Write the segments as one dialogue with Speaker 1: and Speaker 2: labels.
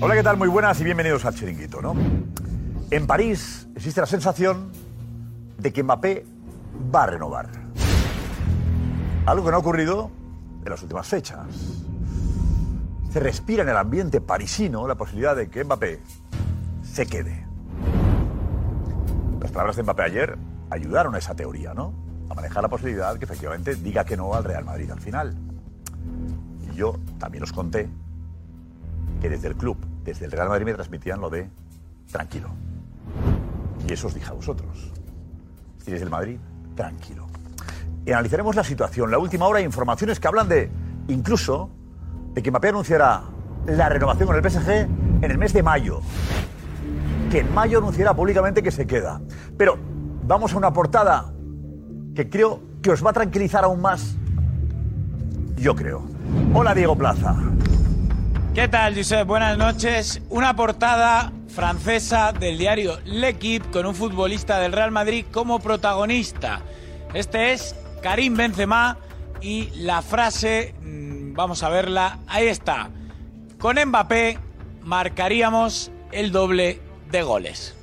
Speaker 1: Hola, ¿qué tal? Muy buenas y bienvenidos al Chiringuito, ¿no? En París existe la sensación de que Mbappé va a renovar. Algo que no ha ocurrido en las últimas fechas. Se respira en el ambiente parisino la posibilidad de que Mbappé se quede. Las palabras de Mbappé ayer ayudaron a esa teoría, ¿no? A manejar la posibilidad que efectivamente diga que no al Real Madrid al final. Y yo también os conté que desde el club, desde el Real Madrid me transmitían lo de tranquilo. Y eso os dije a vosotros. Si desde el Madrid, tranquilo. Y analizaremos la situación, la última hora, informaciones que hablan de, incluso, de que Mbappé anunciará la renovación con el PSG en el mes de mayo. Que en mayo anunciará públicamente que se queda. Pero vamos a una portada que creo que os va a tranquilizar aún más. Yo creo. Hola Diego Plaza.
Speaker 2: ¿Qué tal, Josep? Buenas noches. Una portada francesa del diario L'Equipe con un futbolista del Real Madrid como protagonista. Este es Karim Benzema y la frase, mm, vamos a verla, ahí está. Con Mbappé marcaríamos el doble de goles.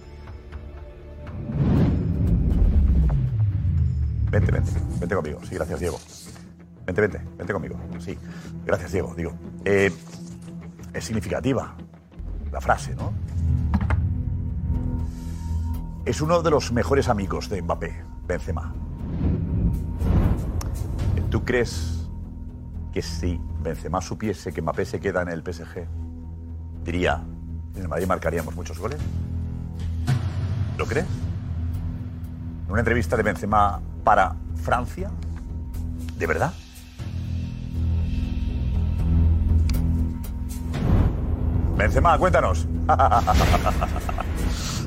Speaker 1: Vente, vente, vente conmigo. Sí, gracias, Diego. Vente, vente, vente conmigo. Sí, gracias, Diego. Digo, eh, es significativa la frase, ¿no? Es uno de los mejores amigos de Mbappé, Benzema. ¿Tú crees que si Benzema supiese que Mbappé se queda en el PSG, diría, en el Madrid marcaríamos muchos goles? ¿Lo crees? En una entrevista de Benzema para Francia, ¿de verdad? Benzema, cuéntanos.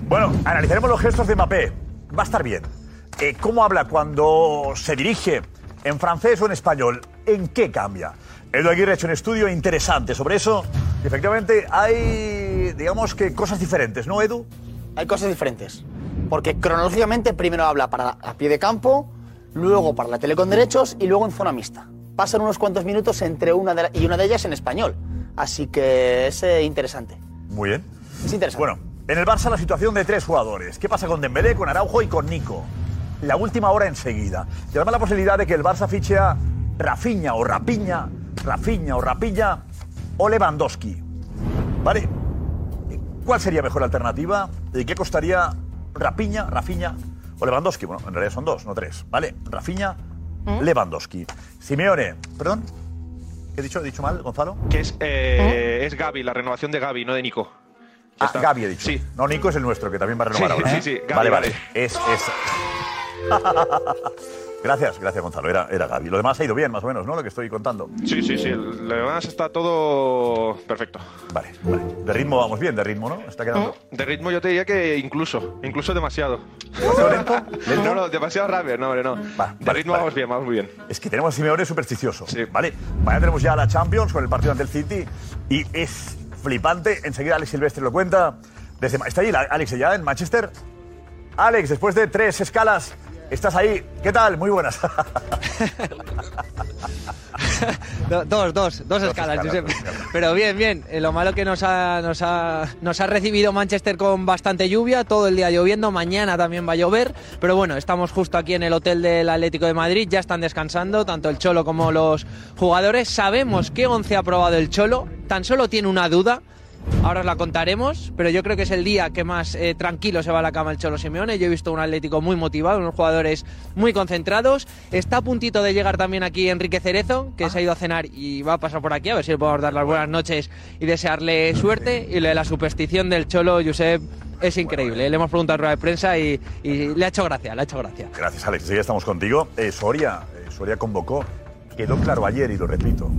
Speaker 1: bueno, analizaremos los gestos de Mbappé. Va a estar bien. Eh, ¿Cómo habla cuando se dirige? ¿En francés o en español? ¿En qué cambia? Edu Aguirre ha hecho un estudio interesante sobre eso. Y efectivamente hay, digamos que, cosas diferentes, ¿no, Edu?
Speaker 3: Hay cosas diferentes. Porque cronológicamente primero habla para a pie de campo, luego para la tele con derechos y luego en zona mixta. Pasan unos cuantos minutos entre una de la- y una de ellas en español. Así que es eh, interesante.
Speaker 1: Muy bien.
Speaker 3: Es interesante.
Speaker 1: Bueno, en el Barça la situación de tres jugadores. ¿Qué pasa con Dembélé, con Araujo y con Nico? La última hora enseguida. Y además la posibilidad de que el Barça fiche a Rafinha o Rapiña, Rafinha o Rapiña o Lewandowski. ¿Vale? ¿Cuál sería mejor alternativa? ¿Y qué costaría Rapiña, Rafinha o Lewandowski? Bueno, en realidad son dos, no tres. ¿Vale? Rafinha,
Speaker 3: ¿Mm?
Speaker 1: Lewandowski. Simeone, perdón. ¿Qué he dicho? ¿He dicho mal, Gonzalo?
Speaker 4: Que es, eh, es Gaby, la renovación de Gaby, no de Nico.
Speaker 1: Ah, Gaby he dicho. No, Nico es el nuestro, que también va a renovar
Speaker 4: Sí,
Speaker 1: ahora.
Speaker 4: sí,
Speaker 1: ¿eh?
Speaker 4: sí, Gaby,
Speaker 1: vale, vale.
Speaker 4: vale.
Speaker 1: Es, es... gracias, gracias, Gonzalo. Era, era Gaby. Lo demás ha ido bien, más o menos, ¿no? Lo que estoy contando.
Speaker 4: Sí, sí, sí. el- Lo demás está todo perfecto.
Speaker 1: Vale, vale. De ritmo vamos bien, de ritmo, ¿no? Está quedando.
Speaker 4: De ritmo yo te diría que incluso, incluso demasiado. No, no, demasiado rabia, no, hombre, no. de ritmo vamos bien, vamos muy bien.
Speaker 1: Es que tenemos a Simeone supersticioso. Vale. Mañana tenemos ya la Champions con el partido ante el City. Y es flipante. Enseguida Alex Silvestre lo cuenta. Desde... Ma- ¿Está ahí la- Alex ya en Manchester? Alex, después de tres escalas, estás ahí. ¿Qué tal? Muy buenas.
Speaker 5: Do- dos, dos, dos, escalas,
Speaker 1: escalas,
Speaker 5: Josep.
Speaker 1: dos escalas.
Speaker 5: Pero bien, bien. Eh, lo malo que nos ha, nos, ha, nos ha recibido Manchester con bastante lluvia, todo el día lloviendo, mañana también va a llover. Pero bueno, estamos justo aquí en el hotel del Atlético de Madrid, ya están descansando, tanto el Cholo como los jugadores. Sabemos qué once ha probado el Cholo, tan solo tiene una duda. Ahora os la contaremos, pero yo creo que es el día que más eh, tranquilo se va a la cama el Cholo Simeone. Yo he visto un Atlético muy motivado, unos jugadores muy concentrados. Está a puntito de llegar también aquí Enrique Cerezo, que se ha ido a cenar y va a pasar por aquí, a ver si le podemos dar las buenas noches y desearle suerte. Y lo de la superstición del Cholo, Josep, es increíble. Le hemos preguntado en rueda de prensa y, y le ha hecho gracia, le ha hecho gracia.
Speaker 1: Gracias, Alex. Ya estamos contigo. Eh, Soria, eh, Soria convocó. Quedó claro ayer, y lo repito,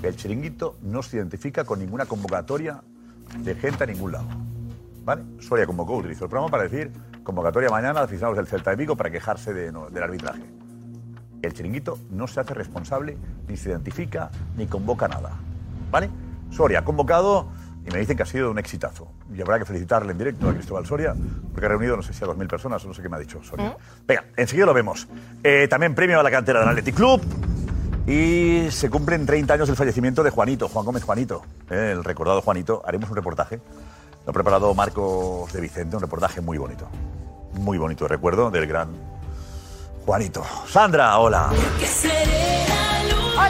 Speaker 1: que el chiringuito no se identifica con ninguna convocatoria de gente a ningún lado. ¿Vale? Soria convocó, utilizó el programa para decir convocatoria mañana a aficionados del Celta de Vigo para quejarse de no- del arbitraje. El chiringuito no se hace responsable, ni se identifica, ni convoca nada. ¿Vale? Soria ha convocado y me dicen que ha sido un exitazo. Y habrá que felicitarle en directo a Cristóbal Soria, porque ha reunido no sé si a 2.000 personas,
Speaker 6: ¿Mm?
Speaker 1: no sé qué me ha dicho Soria. Venga, enseguida lo vemos. Eh, también premio a la cantera del Athletic Club. Y se cumplen 30 años del fallecimiento de Juanito, Juan Gómez Juanito, eh, el recordado Juanito. Haremos un reportaje. Lo ha preparado Marcos de Vicente, un reportaje muy bonito. Muy bonito recuerdo del gran Juanito. Sandra, hola.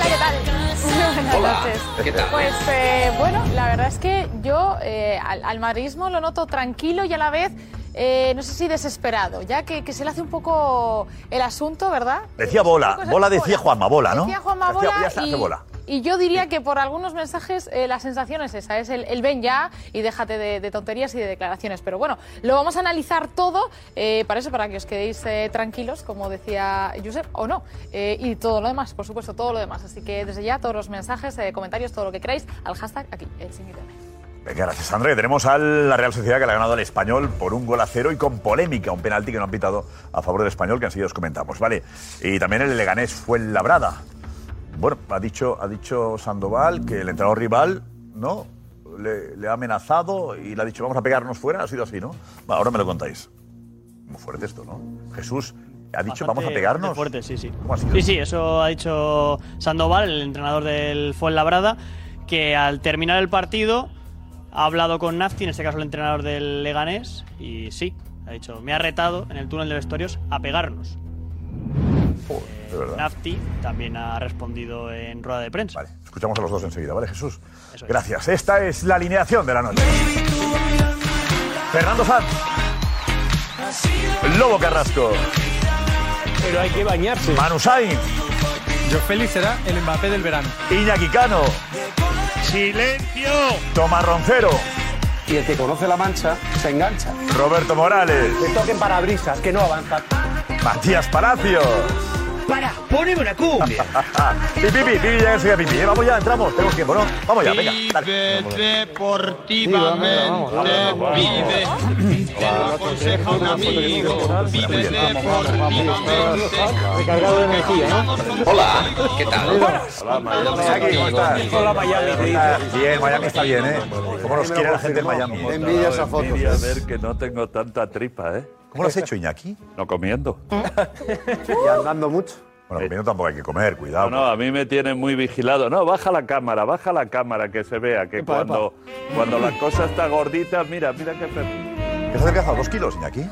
Speaker 6: Hola, ¿qué tal? Buenas
Speaker 1: Hola,
Speaker 6: noches.
Speaker 1: ¿qué tal?
Speaker 6: Pues eh, bueno, la verdad es que yo eh, al, al madridismo lo noto tranquilo y a la vez, eh, no sé si desesperado, ya que, que se le hace un poco el asunto, ¿verdad?
Speaker 1: Decía bola, bola decía Juanma, bola, ¿no?
Speaker 6: Decía Juanma
Speaker 1: Decía-
Speaker 6: Bola
Speaker 1: ya se hace
Speaker 6: y,
Speaker 1: bola.
Speaker 6: y yo diría que por algunos mensajes eh, la sensación es esa, es el, el ven ya y déjate de, de tonterías y de declaraciones. Pero bueno, lo vamos a analizar todo eh, para eso, para que os quedéis eh, tranquilos, como decía Josep, o no. Eh, y todo lo demás, por supuesto, todo lo demás. Así que desde ya todos los mensajes, eh, comentarios, todo lo que queráis, al hashtag aquí, el Sin Guitarra.
Speaker 1: Venga, gracias, Sandra. Y Tenemos a la Real Sociedad que le ha ganado al Español por un gol a cero y con polémica, un penalti que no han pitado a favor del Español, que enseguida os comentamos, ¿vale? Y también el Leganés fue en Labrada. Bueno, ha dicho, ha dicho Sandoval que el entrenador rival, ¿no? Le, le ha amenazado y le ha dicho, vamos a pegarnos fuera. Ha sido así, ¿no? Va, ahora me lo contáis. Muy fuerte esto, ¿no? Jesús ha dicho, vamos a
Speaker 7: Bastante-
Speaker 1: pegarnos.
Speaker 7: bastante fuerte, sí, sí.
Speaker 1: ¿Cómo ha sido?
Speaker 7: Sí, sí, eso ha dicho Sandoval, el entrenador del Fuenlabrada, que al terminar el partido ha hablado con Nafti, en este caso el entrenador del Leganés, y sí, ha dicho, me ha retado en el túnel de vestuarios a pegarnos.
Speaker 1: De verdad.
Speaker 7: Nafti también ha respondido en rueda de prensa.
Speaker 1: Escuchamos a los dos enseguida, ¿vale, Jesús?
Speaker 7: Eso es.
Speaker 1: Gracias. Esta es la alineación de la noche. Fernando Sanz. Lobo Carrasco. Pero hay que bañarse. Manu Sainz. Yo feliz será el Mbappé del verano. Iñaki Cano. Silencio. Tomás Roncero.
Speaker 8: Y el que conoce la mancha se engancha.
Speaker 1: Roberto Morales.
Speaker 8: Que toquen parabrisas, que no avanza.
Speaker 1: Matías Palacios.
Speaker 8: Para, poneme una cumbia.
Speaker 1: Pipi, pipi, pipi, ya enseguida, pipi. eh. Vamos ya, entramos. Tenemos tiempo, ¿no? Vamos ya, venga. Dale.
Speaker 9: Deportivamente vive, te lo aconseja un amigo. Vive deportivamente.
Speaker 10: Cargado de energía, ¿no?
Speaker 9: Hola, ¿qué tal?
Speaker 1: Hola, Miami. ¿Cómo estás? Hola, Miami. Bien, Miami está bien, ¿eh? ¿Cómo nos quiere la gente en Miami? eh?
Speaker 11: Envidia ver que no tengo tanta tripa, ¿eh?
Speaker 1: Pues ¿Cómo lo has hecho, Iñaki?
Speaker 11: No comiendo. Eh,
Speaker 1: Y andando mucho. Bueno, comiendo tampoco hay que comer, cuidado. pues.
Speaker 11: No, no, a mí me tienen muy vigilado. No, baja la cámara, baja la cámara, que se vea que
Speaker 1: Epa, epa.
Speaker 11: cuando, cuando la cosa está gordita, mira, mira qué perfil.
Speaker 1: ¿Te has adelgazado dos kilos, Iñaki?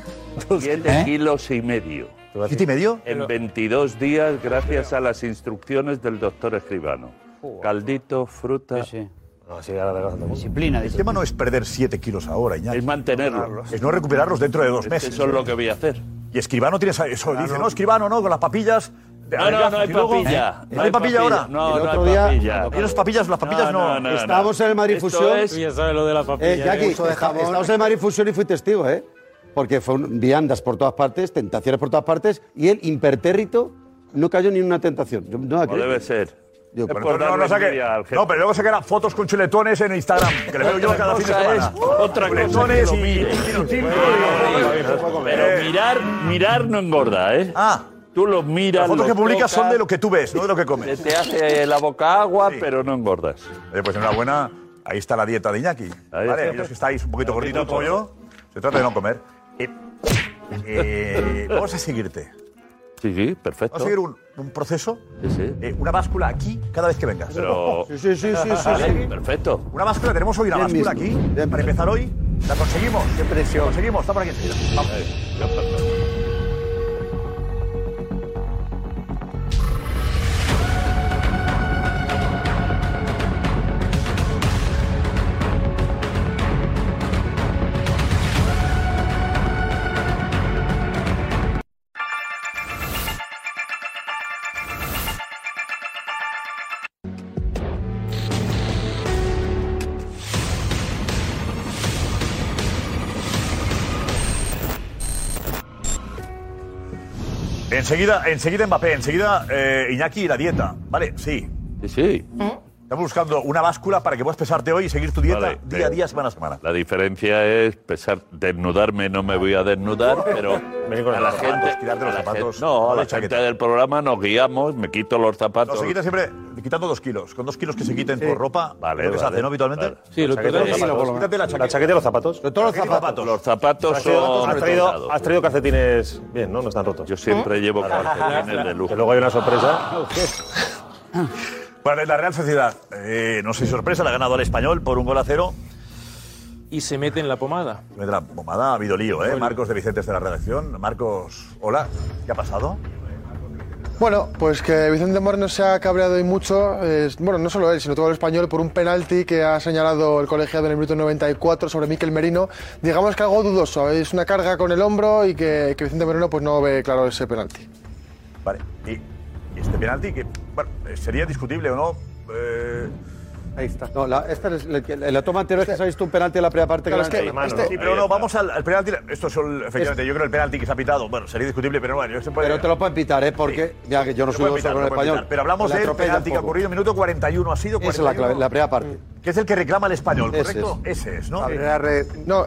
Speaker 11: Siete kilos y medio.
Speaker 1: ¿Siete y medio?
Speaker 11: En 22 días, gracias a las instrucciones del doctor Escribano. Caldito, fruta.
Speaker 1: Disciplina, El tema no es perder 7 kilos ahora, Iñaki. Es
Speaker 11: mantenerlos.
Speaker 1: Es no recuperarlos dentro de dos
Speaker 11: Es que
Speaker 1: meses.
Speaker 11: eso es lo que voy a hacer.
Speaker 1: Y escribano tiene esa- eso. Dice, no, escribano, no, con las papillas.
Speaker 11: No, no, no hay
Speaker 1: Y luego-
Speaker 11: papilla.
Speaker 1: ¿No hay papilla ahora?
Speaker 11: No, El no otro hay día- papilla.
Speaker 1: ¿Y las papillas? Las papillas no.
Speaker 12: Estábamos en el Madrid Fusión.
Speaker 13: sabes lo de la
Speaker 12: Eh, Jackie, está- estábamos en el Madrid Fusión y fui testigo, ¿eh? Porque fue un- viandas por todas partes, tentaciones por todas partes, y él, impertérrito, no cayó ni en una tentación. Yo no la
Speaker 11: Como
Speaker 12: creo.
Speaker 11: debe ser.
Speaker 12: Digo,
Speaker 11: Es
Speaker 12: pero
Speaker 11: por
Speaker 12: no, no,
Speaker 11: darle
Speaker 12: no saque-
Speaker 11: envidia al jefe.
Speaker 1: No, pero luego se quedan fotos con chuletones en Instagram, que le veo yo
Speaker 11: Otra
Speaker 1: cada fin de
Speaker 11: cosa
Speaker 1: semana.
Speaker 11: es- otra cosa
Speaker 1: chuletones
Speaker 11: que lo
Speaker 1: y-
Speaker 11: mire.
Speaker 1: y tirotimpos.
Speaker 11: Pero mirar, mirar no engorda, ¿eh?
Speaker 1: Ah.
Speaker 11: Tú los miras.
Speaker 1: Las fotos
Speaker 11: los
Speaker 1: que publicas son
Speaker 11: tocas,
Speaker 1: de lo que tú ves, no de lo que
Speaker 11: se
Speaker 1: comes.
Speaker 11: Te hace eh, la boca agua, pero no engordas.
Speaker 1: Oye, pues enhorabuena, ahí está la dieta de Iñaki. Vale,
Speaker 11: está.
Speaker 1: aquellos que estáis un poquito
Speaker 11: Lo quito
Speaker 1: gorditos como yo,
Speaker 11: todo.
Speaker 1: se trata de no comer. Eh, eh, vamos a seguirte.
Speaker 11: Sí, sí, perfecto.
Speaker 1: Vamos a seguir un, un proceso,
Speaker 11: Sí, sí.
Speaker 1: eh, una báscula aquí cada vez que vengas.
Speaker 11: Pero... Vale, Perfecto.
Speaker 1: Una báscula, tenemos hoy una
Speaker 11: Bien
Speaker 1: báscula
Speaker 11: mismo.
Speaker 1: aquí, para empezar hoy. La conseguimos. Qué presión. La conseguimos, está por aquí enseguida. Vamos. Enseguida, enseguida Mbappé, enseguida eh, Iñaki y la dieta. Vale, sí.
Speaker 11: Sí, sí.
Speaker 1: Estamos buscando una báscula para que puedas pesarte hoy y seguir tu dieta
Speaker 11: Vale,
Speaker 1: día a
Speaker 11: eh,
Speaker 1: día, semana a semana.
Speaker 11: La diferencia es pesar, desnudarme, no me voy a desnudar, pero
Speaker 1: con
Speaker 11: a la
Speaker 1: los zapatos,
Speaker 11: gente,
Speaker 1: quitarte los
Speaker 11: a la
Speaker 1: zapatos,
Speaker 11: gente- no,
Speaker 1: no
Speaker 11: a
Speaker 1: la
Speaker 11: la gente
Speaker 1: chaqueta.
Speaker 11: del programa nos guiamos, me quito los
Speaker 1: No,
Speaker 11: zapatos.
Speaker 1: se quita siempre quitando dos kilos. Con dos kilos que se quiten por ropa,
Speaker 11: Vale,
Speaker 1: lo que se
Speaker 11: vale.
Speaker 1: hace, ¿no? Habitualmente.
Speaker 11: Vale. Sí, lo
Speaker 1: La
Speaker 11: que
Speaker 1: chaqueta y
Speaker 11: te-
Speaker 1: los zapatos. Quítate la chaqueta.
Speaker 14: y los zapatos.
Speaker 1: Todos los zapatos.
Speaker 11: Los zapatos
Speaker 14: Has traído,
Speaker 11: son
Speaker 14: has traído,
Speaker 11: retocados.
Speaker 14: has traído calcetines bien, ¿no? No están rotos.
Speaker 11: Yo siempre llevo calcetines de lujo.
Speaker 14: Que luego hay una sorpresa.
Speaker 1: Bueno, la Real Sociedad, eh, no soy sorpresa, la ha ganado al español por un gol a cero.
Speaker 13: Y se mete en la pomada.
Speaker 1: Me da la pomada, ha habido lío, ¿eh? Marcos de Vicentes de la redacción. Marcos, hola, ¿qué ha pasado?
Speaker 14: Bueno, pues que Vicente Moreno se ha cabreado y mucho, eh, bueno, no solo él, sino todo el español, por un penalti que ha señalado el colegiado en el minuto 94 sobre Miquel Merino. Digamos que algo dudoso, es una carga con el hombro y que, que Vicente Moreno pues no ve claro ese penalti.
Speaker 1: Vale, y, y este penalti que, bueno, eh, sería discutible o no. Eh,
Speaker 12: Ahí está. No, la, esta es la, en la toma anterior es que se ha visto un penalti en la primera parte
Speaker 1: Claro, es
Speaker 12: que,
Speaker 1: que
Speaker 12: la mano,
Speaker 1: este-
Speaker 12: ¿no?
Speaker 1: sí, pero no, vamos al, al penalti. Esto es el- efectivamente, yo creo el penalti que se ha pitado. Bueno, sería discutible, pero bueno, yo se puede.
Speaker 12: Pero te lo pueden pitar, ¿eh? Porque, ya que yo no
Speaker 1: se
Speaker 12: soy
Speaker 1: puede
Speaker 12: un
Speaker 1: pitar,
Speaker 12: con el
Speaker 1: se puede
Speaker 12: español.
Speaker 1: pitar. Pero hablamos
Speaker 12: Le
Speaker 1: del
Speaker 12: atropella
Speaker 1: penalti que ha
Speaker 12: un poco.
Speaker 1: ocurrido, minuto 41 ha sido.
Speaker 12: Esa es la,
Speaker 1: 41,
Speaker 12: clave- la primera parte.
Speaker 1: Que es el que reclama el español,
Speaker 12: Ese
Speaker 1: ¿correcto? Ese es, ¿no?
Speaker 12: La primera
Speaker 14: No, este- este es el- la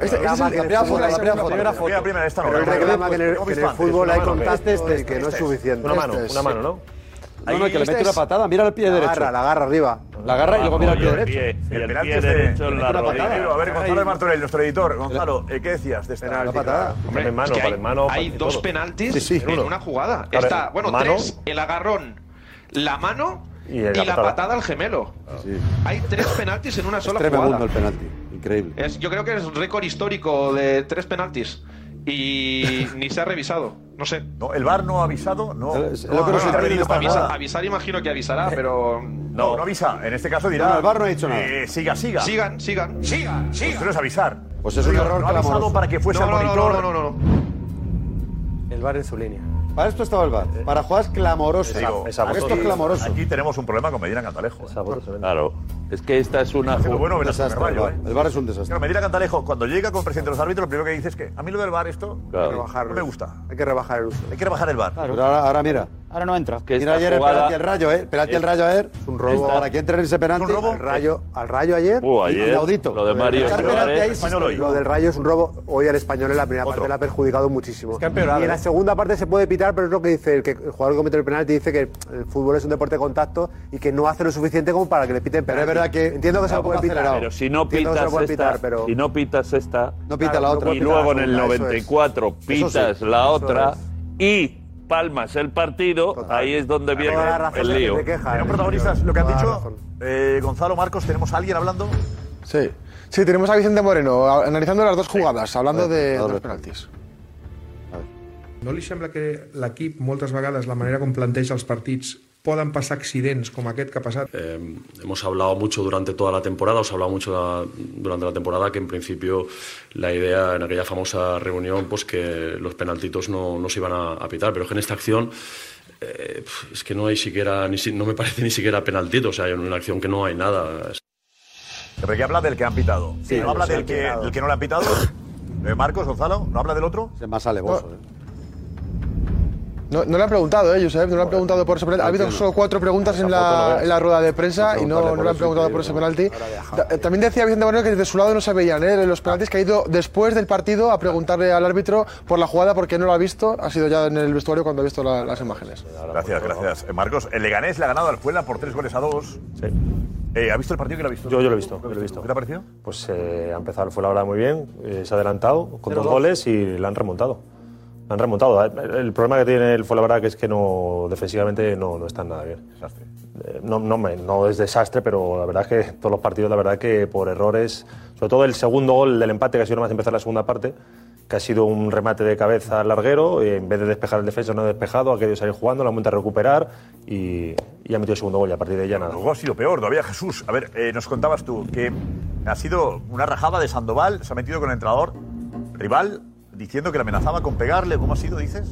Speaker 14: primera foto, la primera foto.
Speaker 1: La primera, primera, esta no.
Speaker 14: Pero
Speaker 1: la
Speaker 14: él
Speaker 1: primera.
Speaker 14: reclama que en el-
Speaker 1: Hemos
Speaker 14: que en
Speaker 1: visto
Speaker 14: el
Speaker 1: antes,
Speaker 14: fútbol
Speaker 1: una
Speaker 14: hay
Speaker 1: mano,
Speaker 14: contacto
Speaker 1: este, este,
Speaker 14: y que no es
Speaker 1: este.
Speaker 14: suficiente.
Speaker 12: Una mano,
Speaker 14: Este
Speaker 12: una mano,
Speaker 14: ¿no?
Speaker 12: No, no, que le
Speaker 14: Este
Speaker 12: mete una
Speaker 14: es-
Speaker 12: patada, mira el pie
Speaker 14: La
Speaker 12: derecho.
Speaker 14: garra, la garra arriba.
Speaker 12: La garra y luego mira el pie
Speaker 1: Vamos,
Speaker 12: derecho.
Speaker 1: y el pie-
Speaker 12: El penalti
Speaker 1: El penalti
Speaker 12: es
Speaker 1: es
Speaker 12: de-
Speaker 1: derecho
Speaker 12: le
Speaker 1: en
Speaker 12: mete
Speaker 1: la
Speaker 12: una
Speaker 1: rodilla.
Speaker 12: patada.
Speaker 1: A ver, Gonzalo
Speaker 12: Ay.
Speaker 1: de Martorell, nuestro editor. Gonzalo, eh, ¿qué decías de esta?
Speaker 4: Penalti, Una patada. claro. Hombre, mano,
Speaker 9: Es que
Speaker 4: vale,
Speaker 9: hay,
Speaker 4: mano,
Speaker 9: hay
Speaker 4: vale
Speaker 9: dos
Speaker 4: todo.
Speaker 9: penaltis
Speaker 4: Sí, sí.
Speaker 9: en
Speaker 4: Claro.
Speaker 9: una jugada.
Speaker 4: Claro,
Speaker 9: Está, bueno,
Speaker 4: mano.
Speaker 9: tres, el agarrón, la mano y,
Speaker 12: Y la
Speaker 9: la
Speaker 12: patada.
Speaker 9: patada al gemelo. Hay tres penaltis en una
Speaker 12: Es
Speaker 9: sola
Speaker 12: tremendo
Speaker 9: jugada.
Speaker 12: el penalti. Increíble.
Speaker 9: Es- yo creo que es récord histórico de tres penaltis. Y ni se ha revisado. No sé.
Speaker 1: No, el VAR no ha avisado,
Speaker 8: Eh,
Speaker 1: no.
Speaker 12: Es- es
Speaker 1: lo que nos interviene para
Speaker 9: avisa-
Speaker 1: nada. Eh,
Speaker 9: Avisar imagino que avisará, pero.
Speaker 1: No, no avisa. En este caso dirá.
Speaker 9: No, el VAR no ha dicho nada.
Speaker 1: eh, siga, siga.
Speaker 9: Sigan, sigan. Sigan, sigan.
Speaker 1: Esto no es avisar.
Speaker 12: Pues es un
Speaker 1: Digo,
Speaker 12: error
Speaker 1: No ha avisado
Speaker 12: clamoroso.
Speaker 1: para que fuese
Speaker 12: No,
Speaker 1: al
Speaker 12: no, no,
Speaker 1: monitor.
Speaker 12: no, no,
Speaker 8: El bar en su línea.
Speaker 12: Para esto estaba el bar. Para jugadas clamorosas.
Speaker 1: Digo,
Speaker 12: Para esto es
Speaker 1: aquí-
Speaker 12: clamoroso.
Speaker 1: Aquí tenemos un problema con Medina Cantalejo. ¿eh?
Speaker 11: Claro, es que esta es una.
Speaker 1: Pero bueno,
Speaker 11: un
Speaker 1: verás,
Speaker 11: desastre,
Speaker 1: Carballo,
Speaker 11: el
Speaker 1: ¿eh?
Speaker 11: VAR.
Speaker 12: El bar es un desastre.
Speaker 1: Claro, Medina Cantalejo, cuando llega con el presidente de los árbitros, lo primero que dice es que a mí lo del bar esto
Speaker 11: Claro.
Speaker 1: no me gusta.
Speaker 8: Hay que rebajar el uso.
Speaker 1: Hay que rebajar el bar.
Speaker 12: Pero ahora, ahora mira.
Speaker 8: Ahora no entra.
Speaker 12: Mira ayer el penalti al rayo, ¿eh? Penalti al rayo ayer. Es un
Speaker 8: robo.
Speaker 12: Para que entre en ese penalti.
Speaker 8: ¿Un robo? Al rayo, al rayo ayer.
Speaker 12: Uh, ayer,
Speaker 8: Inaudito.
Speaker 12: lo de Mario
Speaker 8: Echar
Speaker 12: Suárez,
Speaker 8: penalti ahí,
Speaker 12: español hoy.
Speaker 8: Lo del rayo es un robo. Hoy al español en la primera parte le ha perjudicado muchísimo.
Speaker 12: ha empeorado,
Speaker 8: y en la
Speaker 12: ¿eh?
Speaker 8: segunda parte se puede pitar, pero es lo que dice el, que, el jugador que comete el penalti. Dice que el fútbol es un deporte de contacto y que no hace lo suficiente como para que le piten penalti.
Speaker 12: es verdad que-
Speaker 8: Entiendo que se lo puede pitar.
Speaker 11: Pero si no
Speaker 8: Entiendo que se
Speaker 11: pitas
Speaker 8: lo puede
Speaker 11: esta,
Speaker 8: pitar, pero...
Speaker 11: si no pitas esta,
Speaker 12: No pita Claro, la no otra.
Speaker 11: y
Speaker 12: puede pitar
Speaker 11: luego en
Speaker 12: la
Speaker 11: el
Speaker 12: segunda, eso
Speaker 11: 94
Speaker 12: es. Eso sí,
Speaker 11: pitas la
Speaker 12: eso
Speaker 11: otra
Speaker 12: es.
Speaker 11: y palmas el partido, ahí es donde viene
Speaker 1: Toda la razón
Speaker 11: el
Speaker 1: es que
Speaker 11: lío.
Speaker 1: te quejas, Pero, eh, protagonistas, señor. lo que han Toda la dicho, razón. Eh, Gonzalo, Marcos, ¿tenemos a alguien hablando?
Speaker 14: Sí. Sí, tenemos a Vicente Moreno a- analizando las dos jugadas, hablando de, de los penaltis.
Speaker 15: No li sembla que l'equip, moltes vegades, la manera com planteja els partits, poden passar accidents com aquest que ha passat?
Speaker 16: Hemos hablado mucho durante toda la temporada, os he hablado mucho la- durante la temporada que en principio la idea en aquella famosa reunión pues que los penaltitos no, no se iban a, a pitar, pero es que en esta acción eh, pf, es que no hay siquiera, ni, si- no me parece ni siquiera penaltito, o sea, en una acción que no hay nada.
Speaker 1: Pero que habla del que han pitado.
Speaker 16: Sí,
Speaker 1: no habla
Speaker 16: se
Speaker 1: del
Speaker 16: han
Speaker 1: que,
Speaker 16: pitado.
Speaker 1: del que no le han pitado. Eh, Marcos, Gonzalo, ¿no habla del otro?
Speaker 12: Es más alevoso.
Speaker 14: No, no le han preguntado, ¿eh, Josep? No le han preguntado por ese penalti. Ha habido solo cuatro preguntas en
Speaker 12: Tampoco lo
Speaker 14: la,
Speaker 12: ves.
Speaker 14: en la rueda de prensa
Speaker 12: No
Speaker 14: y no, no le
Speaker 12: preguntarle
Speaker 14: han preguntado por ese penalti. Ta- También decía Vicente Moreno que desde su lado no se veían ¿eh? los penaltis, que ha ido después del partido a preguntarle al árbitro por la jugada porque no lo ha visto. Ha sido ya en el vestuario cuando ha visto la- las imágenes.
Speaker 1: Gracias, gracias. Eh, Marcos, el Leganés le ha ganado al Puebla por tres goles a dos. Eh, ¿Ha visto el partido que lo ha visto?
Speaker 17: Yo, yo lo he visto, yo lo he visto.
Speaker 1: ¿Qué te ha parecido?
Speaker 17: Pues eh, ha empezado fue la hora muy bien, eh, se ha adelantado con dos
Speaker 1: 0-2.
Speaker 17: goles y la han remontado. La han remontado. El, el problema que tiene el Fuenlabrada que es que no defensivamente no, no están nada bien.
Speaker 1: Desastre.
Speaker 17: Eh, no, no, me- no es desastre, pero la verdad es que todos los partidos, la verdad que por errores, sobre todo el segundo gol del empate, que ha sido nada más empezar la segunda parte, que ha sido un remate de cabeza al larguero, eh, en vez de despejar el defensa no ha despejado, ha querido salir jugando, la monta a recuperar y, y ha metido el segundo gol y a partir de ella nada.
Speaker 1: Luego ha sido peor, todavía Jesús. A ver, eh, nos contabas tú que ha sido una rajada de Sandoval, se ha metido con el entrenador rival diciendo que le amenazaba con pegarle. ¿Cómo ha sido, dices?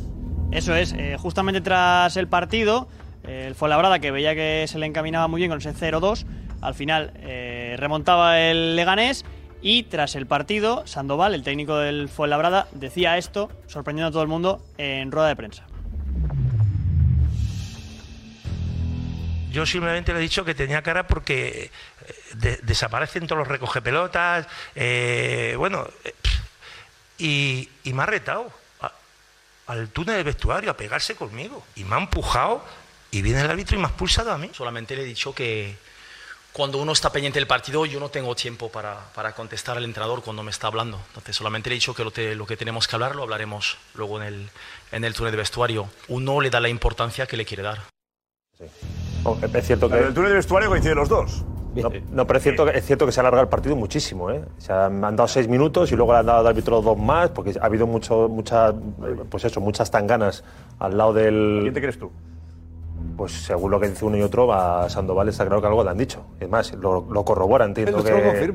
Speaker 7: Eso es, eh, justamente tras el partido, eh, el Fuenlabrada, que veía que se le encaminaba muy bien con ese 0-2, al final eh, remontaba el Leganés y tras el partido, Sandoval, el técnico del Fuenlabrada, decía esto, sorprendiendo a todo el mundo, en rueda de prensa.
Speaker 18: Yo simplemente le he dicho que tenía cara porque eh, de- desaparecen todos los recogepelotas, eh, bueno, eh, pf, y, y me ha retado a- al túnel del vestuario a pegarse conmigo. Y me ha empujado y viene el árbitro y me ha expulsado a mí.
Speaker 19: Solamente le he dicho que cuando uno está pendiente del partido, yo no tengo tiempo para, para contestar al entrenador cuando me está hablando. Entonces, solamente le he dicho que lo, te- lo que tenemos que hablar lo hablaremos luego en el, en el túnel de vestuario. Uno le da la importancia que le quiere dar.
Speaker 17: Oh, Es cierto que.
Speaker 1: Pero el túnel de vestuario coincide los dos.
Speaker 17: No, no, pero es cierto, que- es cierto que se ha alargado el partido muchísimo. ¿eh? O sea, han dado seis minutos y luego le han dado al árbitro dos más, porque ha habido mucho, mucha, pues eso, muchas tanganas al lado del.
Speaker 1: ¿Quién te crees tú?
Speaker 17: Pues según lo que dice uno y otro, a Sandoval está claro que algo le han dicho. Es más, lo, lo corrobora, entiendo que.
Speaker 1: El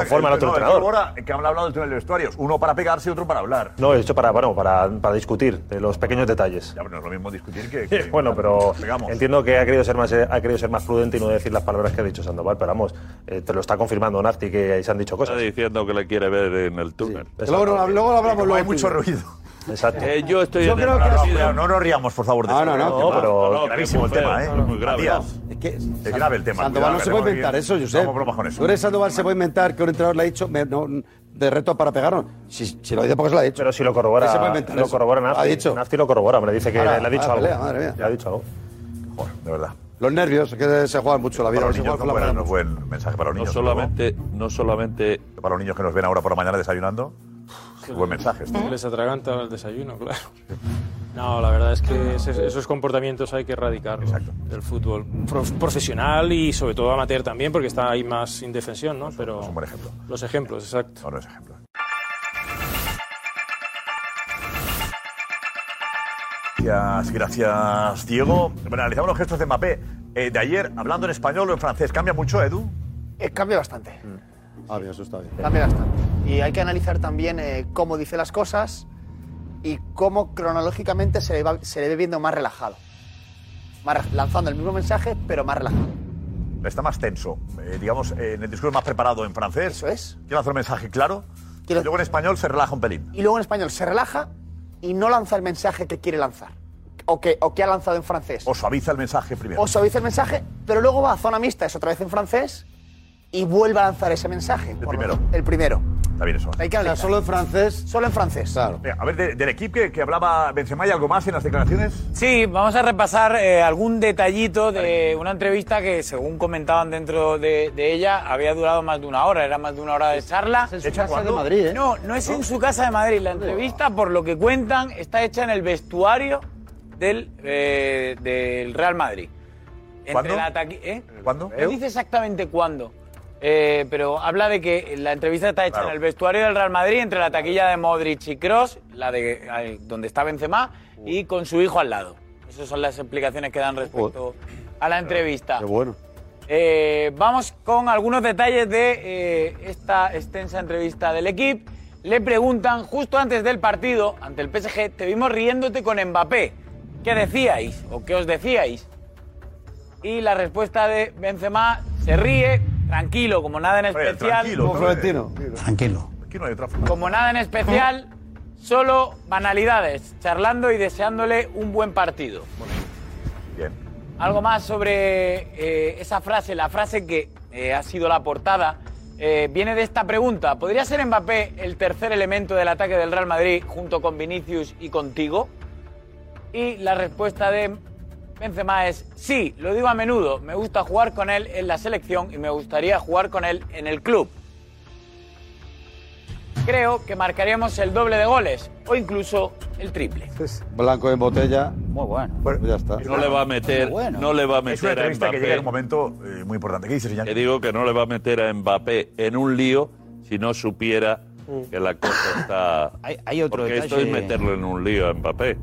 Speaker 17: conforma el
Speaker 1: el-
Speaker 17: otro
Speaker 1: no, el
Speaker 17: entrenador.
Speaker 1: colabora que han hablado del túnel de vestuarios. Uno para pegarse y otro para hablar.
Speaker 17: No, he hecho para, bueno, para, para discutir de los pequeños detalles.
Speaker 1: Ya, pero no es lo mismo discutir que. que-
Speaker 17: bueno, pero
Speaker 1: Pegamos.
Speaker 17: entiendo que ha querido ser más eh, ha querido ser más prudente y no decir las palabras que ha dicho Sandoval, pero vamos, eh, te lo está confirmando Nafti que se han dicho cosas.
Speaker 11: Está diciendo que le quiere ver en el túnel.
Speaker 17: Luego no- luego lo hablamos, luego,
Speaker 11: hay
Speaker 17: mucho ruido. Exacto.
Speaker 11: Eh, yo estoy en el
Speaker 1: no,
Speaker 11: partido.
Speaker 1: no, no nos riamos, por favor. De
Speaker 11: ¿eh? No,
Speaker 1: esto,
Speaker 11: no, no,
Speaker 1: que
Speaker 11: que va.
Speaker 1: va.
Speaker 11: No, no, que
Speaker 1: gravísimo
Speaker 11: es
Speaker 1: el
Speaker 11: muy
Speaker 1: tema,
Speaker 11: feo,
Speaker 1: ¿eh?
Speaker 11: no, no, muy grave,
Speaker 1: Matías,
Speaker 12: Es que
Speaker 1: es grave el tema.
Speaker 12: Sandoval no
Speaker 1: cuidado,
Speaker 12: se puede
Speaker 1: que tenemos
Speaker 12: inventar
Speaker 1: aquí-
Speaker 12: eso, Josep.
Speaker 1: No bromas con eso.
Speaker 12: Tú eres Sandoval, se puede inventar que un entrenador le ha dicho me- no, de reto para pegarnos. Si, si lo dice porque se lo ha dicho.
Speaker 17: Pero si lo corrobora,
Speaker 12: ¿Qué se puede inventar
Speaker 17: lo
Speaker 12: eso?
Speaker 17: corrobora Nafti.
Speaker 12: Ha dicho.
Speaker 17: Nafti lo corrobora, me dice que
Speaker 12: Ahora,
Speaker 17: le ha dicho
Speaker 12: ahora
Speaker 17: algo.
Speaker 12: pelea, madre mía.
Speaker 17: Le ha dicho algo.
Speaker 1: de verdad.
Speaker 12: Los nervios que se juegan mucho la vida.
Speaker 1: Para los
Speaker 12: se
Speaker 1: niños
Speaker 12: juegan con
Speaker 1: no
Speaker 12: la
Speaker 1: buen,
Speaker 12: mano.
Speaker 1: no buen mensaje para los
Speaker 11: No
Speaker 1: niños.
Speaker 11: solamente, no solamente.
Speaker 1: Para los niños que nos ven ahora por la mañana desayunando. qué Buen mensaje. este.
Speaker 13: Les atraganta el desayuno, claro. No, la verdad es que ese- esos comportamientos hay que erradicarlos del fútbol Prof- profesional y sobre todo amateur también, porque está ahí más indefensión, ¿no? Pero
Speaker 1: un buen ejemplo.
Speaker 13: Los ejemplos, exacto.
Speaker 1: No, los ejemplos. Gracias, gracias, Diego. Bueno, analizamos los gestos de Mbappé. Eh, de ayer, hablando en español o en francés, ¿cambia mucho, Edu? Mm.
Speaker 3: Eh, cambia bastante.
Speaker 12: Ah, bien, eso está bien.
Speaker 3: Cambia bastante. Y hay que analizar también eh, cómo dice las cosas y cómo cronológicamente se le, va- se le ve viendo más relajado. Más re- lanzando el mismo mensaje, pero más relajado.
Speaker 1: Está más tenso, eh, digamos, eh, en el discurso más preparado en francés. Eso
Speaker 3: es.
Speaker 1: Quiero hacer un mensaje claro. Y luego en español se relaja un pelín.
Speaker 3: Y luego en español se relaja y no lanza el mensaje que quiere lanzar. O que, o que ha lanzado en francés.
Speaker 1: O suaviza el mensaje primero.
Speaker 3: O suaviza el mensaje, pero luego va a zona mixta, es otra vez en francés, y vuelve a lanzar ese mensaje. El primero. el primero.
Speaker 1: Está bien eso.
Speaker 3: Hay que analizar.
Speaker 12: ¿Solo en francés?
Speaker 3: Solo en francés. Claro.
Speaker 1: Venga, A ver, de- del equipo que, que hablaba Benzema y algo más en las declaraciones.
Speaker 20: Sí, vamos a repasar eh, algún detallito de una entrevista que, según comentaban dentro de, de ella, había durado más de una hora, era más de una hora de charla.
Speaker 12: en su ¿Hecha casa de cuándo? Madrid, ¿eh?
Speaker 20: No, no es en su casa de Madrid. La entrevista, por lo que cuentan, está hecha en el vestuario del, eh, del Real Madrid. Entre
Speaker 1: ¿Cuándo?
Speaker 20: la taqui- ¿eh?
Speaker 1: ¿Cuándo?
Speaker 20: No dice exactamente cuándo, eh, pero habla de que la entrevista está hecha en el vestuario del Real Madrid entre la taquilla de Modric y Cross, la de eh, donde está Benzema, y con su hijo al lado. Esas son las explicaciones que dan respecto a la entrevista.
Speaker 12: Qué bueno.
Speaker 20: Eh, vamos con algunos detalles de eh, esta extensa entrevista del equipo. Le preguntan, justo antes del partido, ante el PSG, te vimos riéndote con Mbappé. ¿Qué decíais o qué os decíais? Y la respuesta de Benzema se ríe, tranquilo, como nada en especial.
Speaker 12: Como Florentino.
Speaker 1: Tranquilo. Aquí no hay otra forma.
Speaker 20: Como nada en especial, solo banalidades, charlando y deseándole un buen partido.
Speaker 1: Bien.
Speaker 20: Algo más sobre eh, esa frase, la frase que eh, ha sido la portada, eh, viene de esta pregunta. ¿Podría ser Mbappé el tercer elemento del ataque del Real Madrid junto con Vinicius y contigo? Y la respuesta de Benzema es sí, lo digo a menudo, me gusta jugar con él en la selección y me gustaría jugar con él en el club. Creo que marcaríamos el doble de goles o incluso el triple.
Speaker 21: Pues,
Speaker 12: Blanco en botella. Muy bueno. ya está.
Speaker 11: No le va
Speaker 3: Ah,
Speaker 11: a meter, no le va a meter
Speaker 1: Es una entrevista
Speaker 11: a
Speaker 1: que
Speaker 11: Mbappé.
Speaker 1: llega en un momento eh, muy importante. ¿Qué dices, Iñaki?
Speaker 11: Que digo que no le va a meter a Mbappé en un lío si no supiera que la cosa está. Hay,
Speaker 21: otro
Speaker 11: Porque esto es
Speaker 21: detalle.
Speaker 11: meterlo en un lío a Mbappé.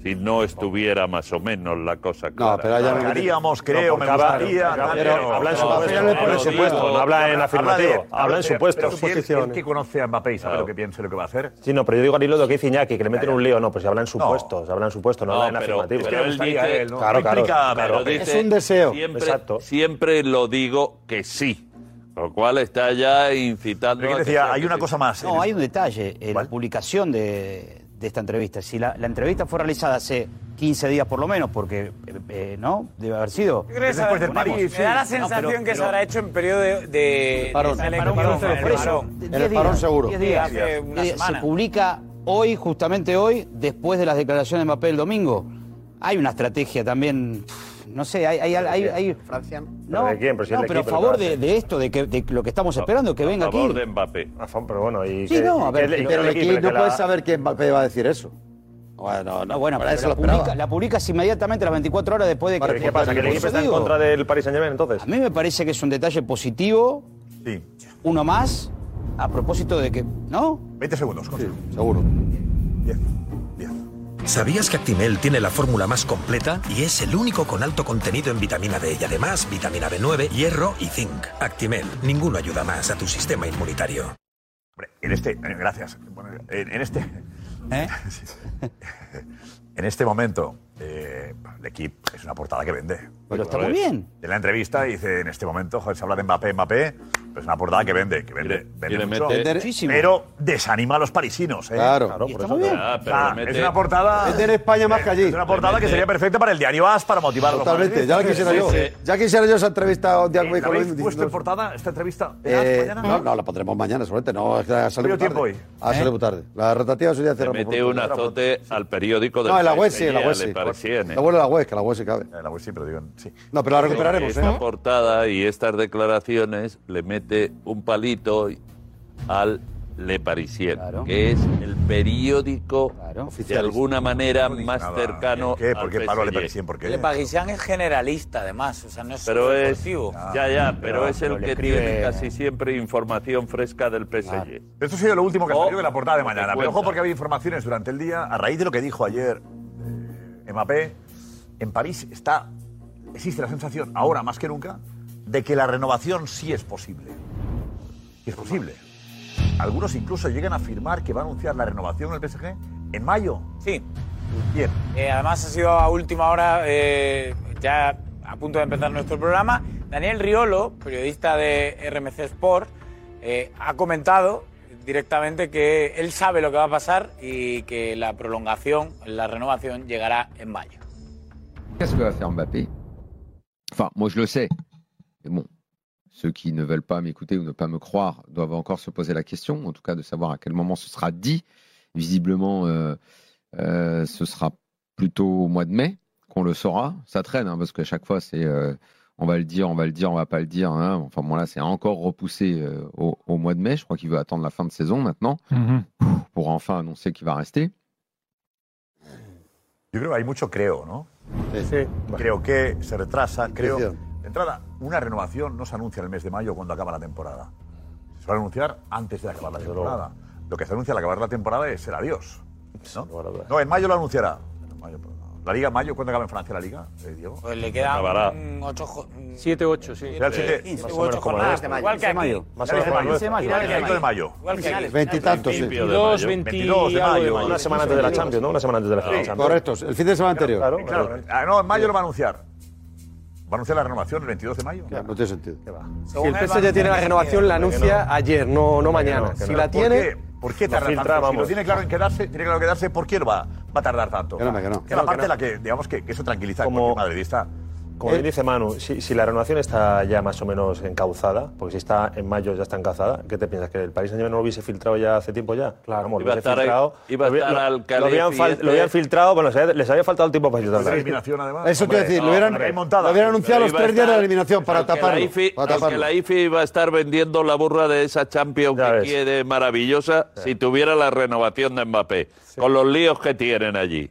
Speaker 11: Si no estuviera más o menos la cosa clara.
Speaker 12: pero ahí ya no- Marcaríamos, creo,
Speaker 11: por
Speaker 12: me
Speaker 11: cada-
Speaker 12: gustaría,
Speaker 11: pero-
Speaker 12: tal,
Speaker 11: pero-
Speaker 12: pero-
Speaker 11: habla en
Speaker 12: no,
Speaker 11: supuesto,
Speaker 12: pero no le pone
Speaker 11: pero
Speaker 12: supuesto,
Speaker 11: digo-
Speaker 12: no habla en
Speaker 1: de-
Speaker 17: afirmativo, habla en
Speaker 1: pero-
Speaker 17: supuestos.
Speaker 1: pero si él-
Speaker 17: Suposiciones.
Speaker 1: él que conoce a Mbappé y sabe lo que piensa y lo que va a hacer.
Speaker 17: Sí, no, pero yo digo al hilo de lo que dice Iñaki, que le meten un lío. No, pues se habla en supuestos, se habla en supuestos, no,
Speaker 11: No,
Speaker 17: habla en
Speaker 11: pero-
Speaker 17: afirmativo.
Speaker 11: pero él dice-
Speaker 17: eh, Claro, claro.
Speaker 11: Explica,
Speaker 17: claro.
Speaker 11: pero dice, Siempre, siempre lo digo que sí. Lo cual está ya incitando. a que sea que sí.
Speaker 21: No, hay un detalle. en la publicación de, de esta entrevista. Si la, la entrevista fue realizada hace 15 días por lo menos, porque, eh, eh, ¿no? Debe haber sido.
Speaker 20: Después del París, me da la sensación
Speaker 21: No, pero-
Speaker 20: que se
Speaker 21: pero-
Speaker 20: habrá hecho en periodo de, de,
Speaker 21: parón.
Speaker 20: de
Speaker 21: En el parón,
Speaker 20: selección,
Speaker 21: por eso.
Speaker 20: En
Speaker 21: Diez días, diez días.
Speaker 20: Hace una
Speaker 21: Diez días.
Speaker 20: semana.
Speaker 21: Eh, Se publica hoy, justamente hoy, después de las declaraciones de Mbappé el domingo. Hay una estrategia también. No sé, hay. hay, hay- hay-
Speaker 3: Francia.
Speaker 21: no,
Speaker 17: ¿Pero de quién? Pero si es
Speaker 21: no,
Speaker 17: el
Speaker 21: pero a
Speaker 17: equipo,
Speaker 21: favor
Speaker 17: pero-
Speaker 21: de, de esto, de, que, de lo que estamos esperando, que venga aquí.
Speaker 11: Mbappé.
Speaker 17: Pero bueno, y
Speaker 21: Sí,
Speaker 17: que-
Speaker 21: no, a
Speaker 17: y
Speaker 21: ver,
Speaker 17: que- y que
Speaker 12: Pero
Speaker 17: el
Speaker 12: el
Speaker 17: equipo,
Speaker 12: equipo
Speaker 17: que
Speaker 12: no
Speaker 17: la-
Speaker 12: puede saber que Mbappé va a decir eso.
Speaker 21: Bueno, no, bueno,
Speaker 17: Para
Speaker 21: pero
Speaker 17: eso
Speaker 21: la,
Speaker 17: lo esperaba.
Speaker 21: publica- la publicas inmediatamente las 24 horas después de que...
Speaker 17: Vale, ¿Qué Pues pasa? ¿Que el
Speaker 21: Por
Speaker 17: equipo
Speaker 21: eso
Speaker 17: está en
Speaker 21: digo,
Speaker 17: contra del Paris Saint-Germain entonces?
Speaker 21: A mí me parece que es un detalle positivo.
Speaker 1: Sí.
Speaker 21: Uno más, a propósito de que... ¿No?
Speaker 1: 20 segundos,
Speaker 21: seguro.
Speaker 2: ¿Sabías que Actimel tiene la fórmula más completa y es el único con alto contenido en vitamina D y además vitamina B9, hierro y zinc? Actimel, ninguno ayuda más a tu sistema inmunitario.
Speaker 1: En este, eh, gracias. Bueno, en, en este.
Speaker 12: ¿Eh?
Speaker 1: Sí. en este momento, eh, el equipo es una portada que vende.
Speaker 21: Pero está muy bien.
Speaker 1: En la entrevista dice, en este momento, joder, se habla de Mbappé, Mbappé, pero es una portada que vende, que vende, vende
Speaker 11: y le
Speaker 1: mucho.
Speaker 17: eh,
Speaker 11: mete- Muchísimo.
Speaker 1: Pero desanima a los parisinos, ¿eh?
Speaker 12: Claro. Claro, Y
Speaker 11: por está eso muy te- bien. Ah, pero
Speaker 1: O sea,
Speaker 11: le mete-
Speaker 1: es una portada... Eh,
Speaker 12: Vender España más que allí.
Speaker 1: Es una portada
Speaker 12: Le
Speaker 1: que
Speaker 12: mete-
Speaker 1: sería perfecta para el diario AS, para motivar
Speaker 12: Totalmente, ya
Speaker 1: a los
Speaker 12: la quisiera yo. Ya quisiera yo esa entrevista de Diago y
Speaker 1: ¿La Eh, habéis
Speaker 12: Colón
Speaker 1: puesto en
Speaker 12: diciendo-
Speaker 1: portada esta entrevista?
Speaker 12: Eh,
Speaker 1: mañana?
Speaker 12: no, no, la pondremos mañana, seguramente. No, es que ha salido
Speaker 1: ¿Cuánto
Speaker 12: tarde.
Speaker 1: tiempo ¿Eh?
Speaker 12: Ha salido tarde. La rotativa suya
Speaker 11: Le
Speaker 12: cerramos.
Speaker 11: mete un azote al periódico del
Speaker 12: No, en la
Speaker 11: país
Speaker 12: web sí,
Speaker 11: que
Speaker 12: en la
Speaker 11: ya
Speaker 12: web
Speaker 11: le
Speaker 12: sí.
Speaker 11: parecía, ¿eh?
Speaker 12: La vuelve a la web, que la web sí cabe.
Speaker 1: La web sí, pero digo, sí.
Speaker 12: No, pero la recuperaremos,
Speaker 11: Esta
Speaker 12: ¿eh?
Speaker 11: portada y estas declaraciones le mete un palito al Le Parisien, que es el periódico de
Speaker 20: Oficialista.
Speaker 11: alguna manera más cercano al PSG.
Speaker 20: Le Paguisian es generalista, además. O sea, no es
Speaker 11: Pero
Speaker 20: solo
Speaker 11: es
Speaker 20: deportivo.
Speaker 11: ya ya, pero,
Speaker 20: Pero-
Speaker 11: es
Speaker 20: pero
Speaker 11: el
Speaker 20: le
Speaker 11: que
Speaker 20: escribe-
Speaker 11: tiene casi siempre información fresca del PSG.
Speaker 1: Esto ha sido lo último que ha
Speaker 11: Oh,
Speaker 1: salido de la portada de
Speaker 11: no te
Speaker 1: mañana. Pero
Speaker 11: cuenta.
Speaker 1: ojo porque había informaciones durante el día. A raíz de lo que dijo ayer eh, Mbappé, en París está, existe la sensación, ahora más que nunca, de que la renovación sí es posible. Y es posible. Algunos incluso llegan a afirmar que va a anunciar la renovación del PSG en mayo.
Speaker 20: Sí.
Speaker 1: Bien.
Speaker 20: Eh, además, ha sido a última hora, eh, ya a punto de empezar nuestro programa. Daniel Riolo, periodista de RMC Sport, eh, ha comentado directamente que él sabe lo que va a pasar y que la prolongación, la renovación, llegará en mayo.
Speaker 22: Qu'est-ce que va faire Mbappé Enfin, moi je le sais. Mais bon, ceux qui ne veulent pas m'écouter ou ne pas me croire doivent encore se poser la question, en tout cas de savoir à quel moment ce sera dit. Visiblement, euh, euh, ce sera plutôt au mois de mai qu'on le saura. Ça traîne, hein, parce qu'à chaque fois, c'est euh, on va le dire, on va le dire, on va pas le dire. hein. Enfin, bon, là, c'est encore repoussé euh, au, au mois de mai. Je crois qu'il veut attendre la fin de saison maintenant pour enfin annoncer qu'il va rester.
Speaker 1: Yo creo que hay mucho creo, ¿no? Creo que se retrasa, creo. De entrada, una renovación no se anuncia en el mes de mayo cuando acaba la temporada. Se suele anunciar antes de acabar la temporada. Lo que se anuncia al acabar la temporada es el adiós. ¿no? No, en mayo lo anunciará. En mayo, pero no. la Liga en mayo, ¿cuándo acaba en Francia la Liga, eh, Diego?
Speaker 20: Pues le quedan
Speaker 1: Acabará.
Speaker 20: mm, ocho jo- mm,
Speaker 13: 7-8, sí.
Speaker 1: Real siete,
Speaker 20: quince
Speaker 1: más
Speaker 20: u
Speaker 1: o menos
Speaker 20: ocho
Speaker 1: como
Speaker 20: jornadas,
Speaker 1: la nuestra.
Speaker 20: igual que
Speaker 1: Finales de
Speaker 20: aquí.
Speaker 1: mayo. Más o menos como la nuestra. Finales de mayo.
Speaker 20: Igual que aquí.
Speaker 12: Veintitantos, sí.
Speaker 13: Principio de mayo. 22,
Speaker 12: 22 de mayo.
Speaker 17: Una semana antes de la Champions, ¿no? Una semana antes de la
Speaker 12: Sí,
Speaker 17: Champions.
Speaker 12: correcto, el fin de semana anterior.
Speaker 1: Claro, claro. Ah, no, en mayo lo va a anunciar. Va a anunciar la renovación el 22 de mayo.
Speaker 12: No tiene sentido.
Speaker 8: Si el PSG tiene la renovación, la anuncia ayer, no, no mañana. Si la
Speaker 1: ¿Por
Speaker 8: tiene.
Speaker 1: qué? ¿Por qué
Speaker 8: No
Speaker 1: tarda
Speaker 8: filtra,
Speaker 1: tanto? Si lo
Speaker 8: vamos.
Speaker 1: tiene claro en quedarse, tiene claro en quedarse, ¿por qué lo va, va a tardar tanto?
Speaker 17: Que no, que no.
Speaker 1: Es
Speaker 17: Que
Speaker 1: la
Speaker 17: no, que
Speaker 1: parte
Speaker 17: no.
Speaker 1: en la que, digamos que, que eso tranquiliza a cualquier madridista. Eh,
Speaker 17: Como bien dice Manu, si, si la renovación está ya más o menos encauzada, porque si está en mayo ya está encauzada, ¿qué te piensas? ¿Que el Paris Saint-Germain no lo hubiese filtrado ya hace tiempo ya? Claro, Vamos,
Speaker 11: Iba a
Speaker 17: lo hubiese
Speaker 11: estar ahí-
Speaker 17: filtrado.
Speaker 11: iba a
Speaker 17: lo hubi-
Speaker 11: estar
Speaker 17: lo-
Speaker 11: al
Speaker 17: lo, habían fal-
Speaker 11: caliente.
Speaker 17: lo habían filtrado, bueno, les había- les había faltado el tiempo para filtrarlo.
Speaker 1: Otra eliminación, además.
Speaker 12: Eso te
Speaker 1: Hombre,
Speaker 12: iba a decir,
Speaker 1: no,
Speaker 12: lo hubieran,
Speaker 1: hombre.
Speaker 12: lo hubieran anunciado
Speaker 11: Pero
Speaker 12: los
Speaker 11: iba a
Speaker 12: tres días de
Speaker 11: estar-
Speaker 12: la eliminación para
Speaker 11: Aunque la
Speaker 12: taparlo.
Speaker 11: IFI
Speaker 12: para
Speaker 11: aunque
Speaker 12: taparlo.
Speaker 11: la IFI va a estar vendiendo la burra de esa Champions que quiere maravillosa si tuviera la renovación de Mbappé, con los líos que tienen allí.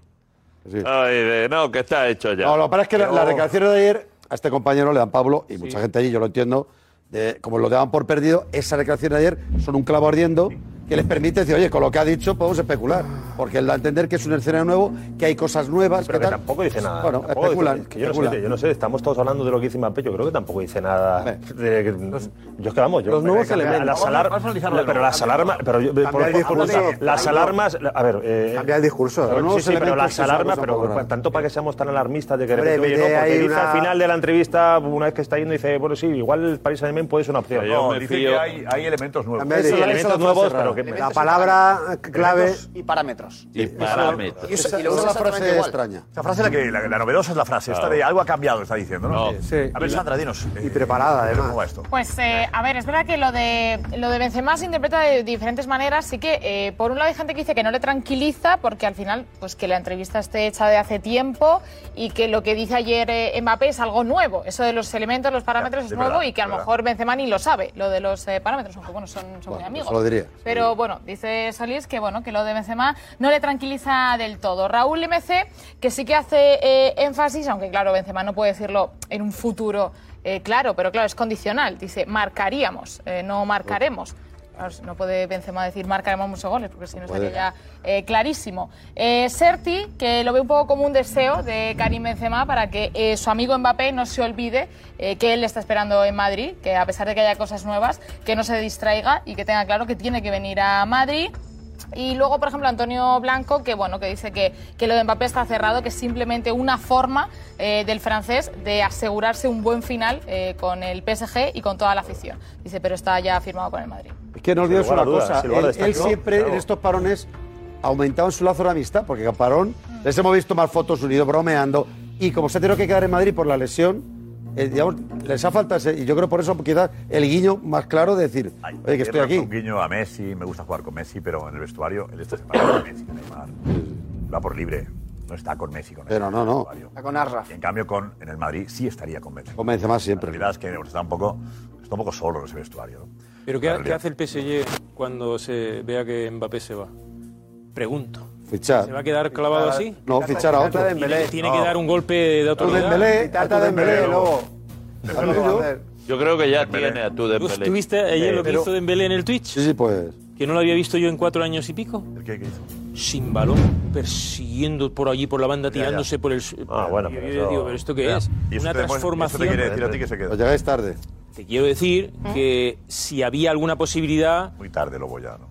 Speaker 11: Ay, de- no, que está hecho ya.
Speaker 12: No, lo que pasa es que la-
Speaker 11: Pero-
Speaker 12: las declaraciones de ayer a este compañero le dan Pablo y mucha gente allí, yo lo entiendo, de- como lo daban por perdido, esas declaraciones de ayer son un clavo ardiendo que les permite decir, oye, con lo que ha dicho podemos especular, porque él da a entender que es un escenario nuevo, que hay cosas nuevas,
Speaker 17: Pero
Speaker 12: que
Speaker 17: que
Speaker 12: tal.
Speaker 17: tampoco dice nada.
Speaker 12: Bueno,
Speaker 17: Tampoco dice-
Speaker 12: especulan.
Speaker 17: es que yo, no
Speaker 12: especulan.
Speaker 17: sé, yo no sé, estamos todos hablando de lo que dice Mbappé, yo creo que tampoco dice nada. de- que- yo es que vamos, yo.
Speaker 8: los nuevos
Speaker 17: a las
Speaker 8: elementos. Vamos,
Speaker 17: alar-
Speaker 8: vamos a analizarlo de
Speaker 17: pero
Speaker 8: nuevo.
Speaker 17: las alarmas. Pero yo-
Speaker 8: Cambia
Speaker 17: por-
Speaker 8: el discurso.
Speaker 17: las-
Speaker 8: Cambia el
Speaker 17: Las alarmas. A ver. eh,
Speaker 8: Cambia el discurso.
Speaker 17: Sí,
Speaker 8: Los nuevos
Speaker 17: sí, pero
Speaker 8: elementos
Speaker 17: las
Speaker 8: que son
Speaker 17: alarmas,
Speaker 8: cosas
Speaker 17: pero
Speaker 8: muy raras.
Speaker 17: tanto para que seamos tan alarmistas de que de
Speaker 8: Hombre,
Speaker 17: repente, oye,
Speaker 8: mete
Speaker 17: no, porque
Speaker 8: ahí
Speaker 17: dice
Speaker 8: una-
Speaker 17: al final de la entrevista, una vez que está yendo, dice, bueno, sí, igual el Paris Saint-Germain puede ser una opción.
Speaker 1: No, dice que hay, hay elementos nuevos.
Speaker 17: También Eso, dice, eso, elementos eso, nuevos, eso, pero que- la
Speaker 1: Elementos y
Speaker 17: palabra
Speaker 1: parámetros.
Speaker 17: clave-
Speaker 1: Elementos
Speaker 3: Y parámetros.
Speaker 11: Y parámetros.
Speaker 12: Esa-
Speaker 3: Y lo usa
Speaker 12: esa es la frase
Speaker 3: exactamente igual.
Speaker 12: extraña.
Speaker 1: Esa frase la que la, la novedosa es la frase, esta
Speaker 12: Claro.
Speaker 1: de algo ha cambiado, está diciendo, ¿no?
Speaker 12: Sí.
Speaker 1: A ver, Sandra, dinos. eh,
Speaker 12: Y preparada, además.
Speaker 1: ¿Cómo va esto?
Speaker 6: Pues eh, a ver, es verdad que lo de lo de Benzema se interpreta de diferentes maneras, sí que eh, por un lado hay gente que dice que no le tranquiliza porque al final pues que la entrevista esté hecha de hace tiempo y que lo que dice ayer eh, Mbappé es algo nuevo, eso de los elementos, los parámetros
Speaker 12: Ya,
Speaker 6: es
Speaker 12: es
Speaker 6: nuevo
Speaker 12: verdad,
Speaker 6: y que a lo
Speaker 12: es verdad.
Speaker 6: mejor Benzema ni lo sabe, lo de los eh, parámetros, aunque bueno, son, son muy amigos.
Speaker 12: Eso lo diría.
Speaker 6: Pero Pero bueno, dice Solís que bueno, que lo de Benzema no le tranquiliza del todo. Raúl MC, que sí que hace eh, énfasis, aunque claro, Benzema no puede decirlo en un futuro eh, claro, pero claro, es condicional. Dice, marcaríamos, eh, no marcaremos. Claro, No puede Benzema decir marcaremos muchos goles, porque si no
Speaker 5: Puede.
Speaker 6: estaría ya eh, clarísimo. Eh, Serti, que lo ve un poco como un deseo de Karim Benzema para que eh, su amigo Mbappé no se olvide eh, que él le está esperando en Madrid, que a pesar de que haya cosas nuevas, que no se distraiga y que tenga claro que tiene que venir a Madrid. Y luego, por ejemplo, Antonio Blanco, que bueno, que dice que, que lo de Mbappé está cerrado, que es simplemente una forma eh, del francés de asegurarse un buen final eh, con el PSG y con toda la afición. Dice, pero está ya firmado con el Madrid.
Speaker 12: Es que no
Speaker 17: Sin
Speaker 12: olvides
Speaker 17: lugar
Speaker 12: una
Speaker 17: a dudas,
Speaker 12: cosa.
Speaker 17: sin lugar a
Speaker 12: él, él
Speaker 17: destacar.
Speaker 12: siempre
Speaker 17: Claro.
Speaker 12: en estos parones aumentaban su lazo de amistad, porque a Parón les hemos visto tomar fotos unidos, bromeando. Y como se ha tenido que quedar en Madrid por la lesión, eh, digamos, les ha faltado. ese- Y yo creo por eso quizás el guiño más claro de decir, oye, que estoy aquí.
Speaker 1: Un guiño a Messi, me gusta jugar con Messi, pero en el vestuario, el de esta semana, Messi, Neymar, va por libre. No está con Messi, con
Speaker 12: Pero no, no.
Speaker 1: Está con Arraf. En cambio, con, en el Madrid sí estaría con Messi.
Speaker 12: Con Benzema siempre.
Speaker 1: La realidad es que está un poco, está un poco solo en ese vestuario. ¿no?
Speaker 13: ¿Pero qué, qué hace el PSG cuando se vea que Mbappé se va? Pregunto.
Speaker 12: Fichar.
Speaker 13: ¿Se va a quedar clavado
Speaker 12: Fichar-
Speaker 13: así?
Speaker 12: no, fichar a otro.
Speaker 13: Tiene, tiene que
Speaker 12: No.
Speaker 13: dar un golpe de autoridad.
Speaker 12: Dembélé, a tu a tu Dembélé, Dembélé, luego.
Speaker 11: Yo creo que ya tiene a tu Dembélé.
Speaker 13: ¿Tuviste ayer lo que
Speaker 11: Pero-
Speaker 13: hizo Dembélé en el Twitch?
Speaker 12: Sí, sí, pues.
Speaker 13: Que no lo había visto yo en cuatro años y pico.
Speaker 1: ¿Qué, hizo?
Speaker 13: Sin balón, persiguiendo por allí, por la banda,
Speaker 1: Ya, ya.
Speaker 13: tirándose por el...
Speaker 1: Ah, bueno,
Speaker 13: Y
Speaker 1: pero
Speaker 13: yo
Speaker 1: eso-
Speaker 13: digo, ¿pero esto qué
Speaker 1: Ya.
Speaker 13: es?
Speaker 1: Y eso
Speaker 13: Una
Speaker 1: te demuestra-
Speaker 13: transformación...
Speaker 1: eso te quiere decir a ti que se queda.
Speaker 12: Os llegáis Pues tarde.
Speaker 13: Te quiero decir que si había alguna posibilidad...
Speaker 1: Muy tarde lo voy a, ¿no?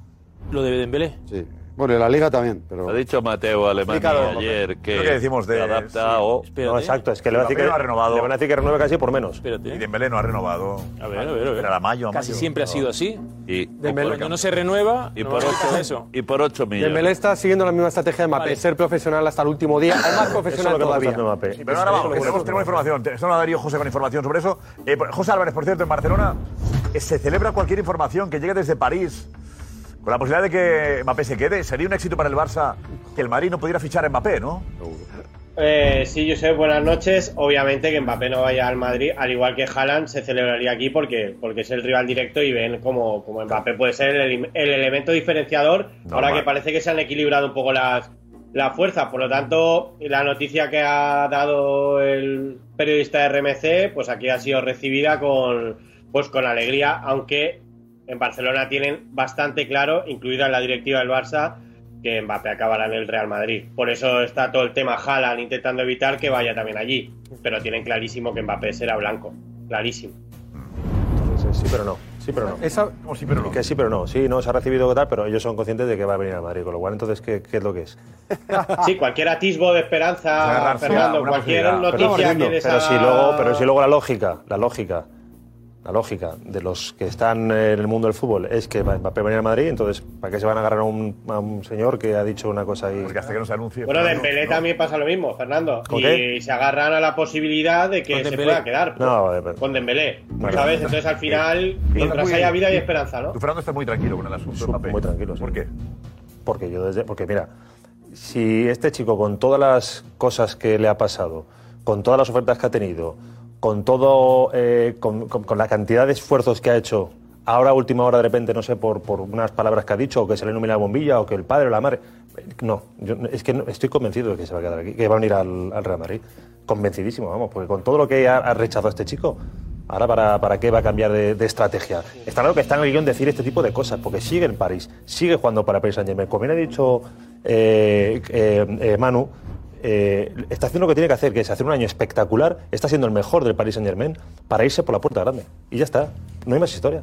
Speaker 13: Lo de Dembélé.
Speaker 12: Sí. Bueno, y la liga también, pero.
Speaker 11: Ha dicho Mateo Alemania
Speaker 12: Explícalo,
Speaker 11: ayer que,
Speaker 12: Lo que decimos de-
Speaker 11: se adapta o...
Speaker 17: No, exacto, es que le van a decir
Speaker 1: Mbappé
Speaker 17: que,
Speaker 1: no ha renovado.
Speaker 17: le van a decir que renueve casi por menos.
Speaker 1: Y Dembélé no ha renovado.
Speaker 13: ¿eh? A ver, a ver, a ver.
Speaker 1: Era a mayo, a
Speaker 13: Casi
Speaker 1: mayo.
Speaker 13: siempre ha sido así.
Speaker 11: Y,
Speaker 13: Cuando no se renueva,
Speaker 11: y
Speaker 13: no
Speaker 11: por
Speaker 13: va a
Speaker 11: ocho-
Speaker 13: pasar eso.
Speaker 11: y por 8 millones.
Speaker 8: Dembélé está siguiendo la misma estrategia de Mbappé, ser profesional hasta el último día, es más profesional todavía.
Speaker 1: Pero ahora vamos, que tenemos, tenemos información. Te- Estamos a Darío José con información sobre eso. Eh, por- José Álvarez, por cierto, en Barcelona eh, se celebra cualquier información que llegue desde París. Con la posibilidad de que Mbappé se quede, sería un éxito para el Barça que el Madrid no pudiera fichar a Mbappé, ¿no?
Speaker 10: Eh, sí, Josep, buenas noches. Obviamente que Mbappé no vaya al Madrid, al igual que Haaland, se celebraría aquí porque, porque es el rival directo y ven como, como Mbappé puede ser el, el elemento diferenciador ahora que parece que se han equilibrado un poco las, las fuerzas. Por lo tanto, la noticia que ha dado el periodista de RMC, pues aquí ha sido recibida con, pues con alegría, aunque en Barcelona tienen bastante claro, incluida en la directiva del Barça, que Mbappé acabará en el Real Madrid. Por eso está todo el tema Haaland intentando evitar que vaya también allí. Pero tienen clarísimo que Mbappé será blanco. Clarísimo.
Speaker 17: Sí, sí, pero no. Sí, pero no.
Speaker 1: Esa... oh, sí, pero no.
Speaker 17: Que sí, pero no. Sí, no se ha recibido tal, pero ellos son conscientes de que va a venir a Madrid, con lo cual, entonces, ¿qué, qué es lo que es?
Speaker 10: Sí, cualquier atisbo de esperanza, Fernando, cualquier noticia que les
Speaker 17: pero si
Speaker 10: haga-
Speaker 17: luego pero si luego la lógica la lógica la lógica de los que están en el mundo del fútbol es que Mbappé va a venir a Madrid entonces para qué se van a agarrar a un, a un señor que ha dicho una cosa ahí
Speaker 1: porque hasta que no se anuncie
Speaker 10: Bueno, de Pelé también pasa lo mismo, Fernando.
Speaker 17: ¿Con
Speaker 10: y
Speaker 17: qué?
Speaker 10: se agarran a la posibilidad de que
Speaker 17: Con
Speaker 10: se
Speaker 17: Dembélé.
Speaker 10: pueda quedar
Speaker 17: no de-
Speaker 10: con Dembélé.
Speaker 17: Bueno.
Speaker 10: ¿Sabes? Entonces al final, mientras haya vida y esperanza, ¿no?
Speaker 1: Tú, Fernando, estás muy tranquilo con el asunto. de Mbappé.
Speaker 17: muy tranquilo
Speaker 1: ¿Por qué?
Speaker 17: Porque yo desde. Porque mira, si este chico, con todas las cosas que le ha pasado, con todas las ofertas que ha tenido, con todo. eh, con, con- con la cantidad de esfuerzos que ha hecho, ahora a última hora de repente, no sé, por, por unas palabras que ha dicho, o que se le ilumina la bombilla, o que el padre o la madre. No, yo- es que no- estoy convencido de que se va a quedar aquí, que va a venir al, al Real Madrid. Convencidísimo, vamos, porque con todo lo que ha, ha rechazado este chico, Ahora, ¿para, para qué va a cambiar de, de estrategia? Está claro que está en el guión decir este tipo de cosas, porque sigue en París, sigue jugando para Paris Saint-Germain. Como bien ha dicho eh, eh, eh, Manu, eh, está haciendo lo que tiene que hacer, que es hacer un año espectacular, está siendo el mejor del Paris Saint-Germain para irse por la puerta grande. Y ya está, no hay más historia.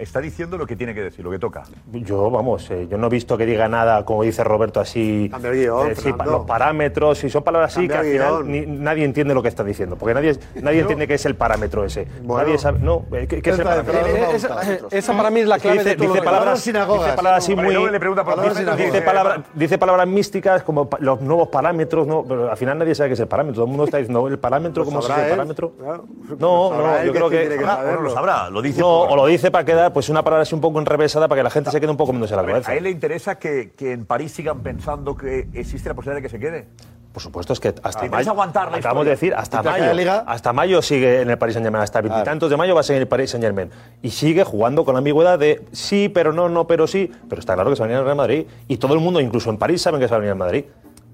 Speaker 1: Está diciendo lo que tiene que decir, lo que toca.
Speaker 17: Yo, vamos, eh, yo no he visto que diga nada, como dice Roberto, así.
Speaker 1: Cambia el guión,
Speaker 17: eh, sí, pa-
Speaker 1: Fernando.
Speaker 17: los parámetros, y son palabras así que
Speaker 1: Cambia
Speaker 17: al
Speaker 1: el
Speaker 17: final
Speaker 1: guión.
Speaker 17: ni- nadie entiende lo que está diciendo, porque nadie, nadie entiende qué es el parámetro ese. Nadie sabe. No, eh, ¿qué, qué es el
Speaker 8: Esta-
Speaker 17: parámetro?
Speaker 8: eh, esa- esa para mí es la
Speaker 17: Es que
Speaker 8: clave
Speaker 17: dice,
Speaker 8: de todo
Speaker 17: dice
Speaker 8: lo que-
Speaker 17: palabras, dice palabras así
Speaker 1: Vale,
Speaker 17: muy.
Speaker 1: luego le pregunta por
Speaker 17: palabras
Speaker 1: los
Speaker 17: dice,
Speaker 1: sinagogas.
Speaker 17: palabra- dice palabras místicas como pa- los nuevos parámetros, no, pero al final nadie sabe qué es el parámetro. Todo el mundo está diciendo el parámetro,
Speaker 1: Lo
Speaker 17: cómo se
Speaker 1: sabrá
Speaker 17: dice el
Speaker 1: él.
Speaker 17: parámetro. No, no, yo creo que. Ah,
Speaker 1: Sabrá, o no lo sabrá, lo dice.
Speaker 17: No,
Speaker 1: por-
Speaker 17: o lo dice para quedar, pues una palabra así un poco enrevesada para que la gente se quede un poco menos en la
Speaker 1: A ver,
Speaker 17: cabeza.
Speaker 1: ¿A él le interesa que, que en París sigan pensando que existe la posibilidad de que se quede?
Speaker 17: Por supuesto, es que hasta
Speaker 1: Te interesa
Speaker 17: mayo.
Speaker 1: aguantar la
Speaker 17: Acabamos
Speaker 1: historia.
Speaker 17: de decir, hasta
Speaker 1: Y te cae la
Speaker 17: mayo.
Speaker 1: liga.
Speaker 17: Hasta mayo sigue en el Paris Saint-Germain. Hasta veintitantos de mayo va a seguir en el Paris Saint-Germain. Y sigue jugando con la ambigüedad de sí, pero no, no, pero sí. Pero está claro que se va a venir al Real Madrid. Y todo el mundo, incluso en París, saben que se va a venir al Madrid.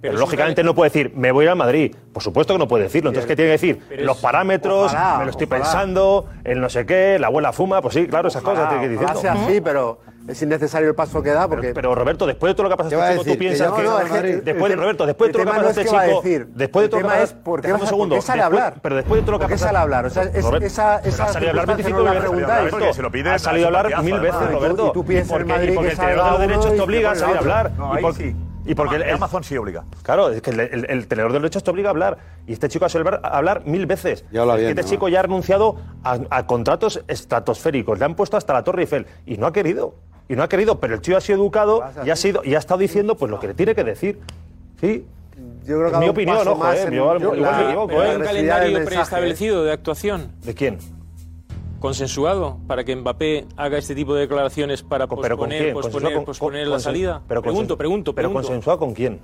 Speaker 17: Pero,
Speaker 13: Pero
Speaker 17: lógicamente no puede decir, me voy a ir al Madrid. Por supuesto que no puede decirlo. Entonces, ¿qué tiene que decir?
Speaker 13: Pero
Speaker 17: Los
Speaker 13: es-
Speaker 17: parámetros,
Speaker 13: ojalá,
Speaker 17: me lo estoy
Speaker 13: ojalá.
Speaker 17: pensando, el no sé qué, la abuela fuma. Pues sí, claro, esas cosas tiene que ir
Speaker 8: ojalá
Speaker 17: diciendo.
Speaker 8: sea así, Ah, pero es innecesario el paso que da porque...
Speaker 17: Pero, pero, Roberto, después de todo lo que ha pasado,
Speaker 8: Te va a
Speaker 17: este chico,
Speaker 8: decir
Speaker 17: tú piensas
Speaker 8: que
Speaker 17: que.
Speaker 8: yo- no, no, es que-
Speaker 17: después,
Speaker 8: el-
Speaker 17: Roberto, después de
Speaker 8: el
Speaker 17: todo lo que
Speaker 8: tema
Speaker 17: ha
Speaker 8: no
Speaker 17: pasado,
Speaker 8: es
Speaker 17: este
Speaker 8: qué va a
Speaker 17: chico.
Speaker 8: decir.
Speaker 17: Después de
Speaker 8: El
Speaker 17: todo lo
Speaker 8: tema
Speaker 17: que ha
Speaker 8: es por qué
Speaker 17: déjame
Speaker 8: vas
Speaker 17: un
Speaker 8: a-
Speaker 17: segundo.
Speaker 8: por qué sale a
Speaker 17: Después-
Speaker 8: hablar.
Speaker 17: Pero después de todo lo que ha
Speaker 8: ¿Por qué
Speaker 17: pasado.
Speaker 8: sale a hablar? O sea, es-
Speaker 17: Roberto,
Speaker 8: esa-
Speaker 17: pero
Speaker 8: esa
Speaker 17: ha salido a hablar
Speaker 8: circunstancia
Speaker 17: 25
Speaker 8: no la
Speaker 17: veces.
Speaker 8: preguntáis.
Speaker 17: Roberto,
Speaker 8: Porque si lo piden,
Speaker 17: ha salido a hablar
Speaker 8: es un
Speaker 17: mil
Speaker 8: partidazo,
Speaker 17: veces,
Speaker 8: además. Y
Speaker 17: Roberto.
Speaker 8: tú- y tú piensas en
Speaker 17: porque,
Speaker 8: Madrid
Speaker 17: y porque
Speaker 8: que
Speaker 17: el
Speaker 8: salga
Speaker 17: tenedor de
Speaker 8: uno
Speaker 17: derechos
Speaker 8: y
Speaker 17: te
Speaker 8: que
Speaker 17: obliga a
Speaker 8: ponga
Speaker 17: salir a
Speaker 8: otro.
Speaker 17: hablar.
Speaker 8: pues, No,
Speaker 17: y
Speaker 8: ahí
Speaker 17: por-
Speaker 8: sí.
Speaker 17: Y porque el- el-
Speaker 1: Amazon sí obliga.
Speaker 17: Claro, es que el, el, el tenedor de derechos te obliga a hablar. Y este chico ha salido a hablar- a hablar mil veces.
Speaker 12: Ya habla
Speaker 17: Es que
Speaker 12: bien,
Speaker 17: este
Speaker 12: ¿no?
Speaker 17: chico ya ha renunciado a, a contratos estratosféricos. Le han puesto hasta la Torre Eiffel. Y no ha querido. Y no ha querido. Pero el tío ha sido educado y ha, sido, y ha estado diciendo pues lo que le tiene que decir. Sí.
Speaker 8: Yo creo
Speaker 17: que mi opinión,
Speaker 13: paso
Speaker 17: ojo,
Speaker 13: más
Speaker 17: eh,
Speaker 13: en-
Speaker 17: yo, igual
Speaker 13: la-
Speaker 17: me equivoco,
Speaker 13: pero
Speaker 17: eh.
Speaker 13: hay un calendario preestablecido de actuación.
Speaker 17: ¿De quién?
Speaker 13: Consensuado para que Mbappé haga este tipo de declaraciones para
Speaker 17: ¿Pero con
Speaker 13: posponer,
Speaker 17: quién?
Speaker 13: posponer,
Speaker 17: ¿Consensuado con-
Speaker 13: posponer
Speaker 17: con-
Speaker 13: pues la
Speaker 17: consen-
Speaker 13: salida.
Speaker 17: Pero
Speaker 13: pregunto,
Speaker 17: consen-
Speaker 13: pregunto,
Speaker 17: ¿Pero
Speaker 13: pregunto.
Speaker 17: consensuado con quién?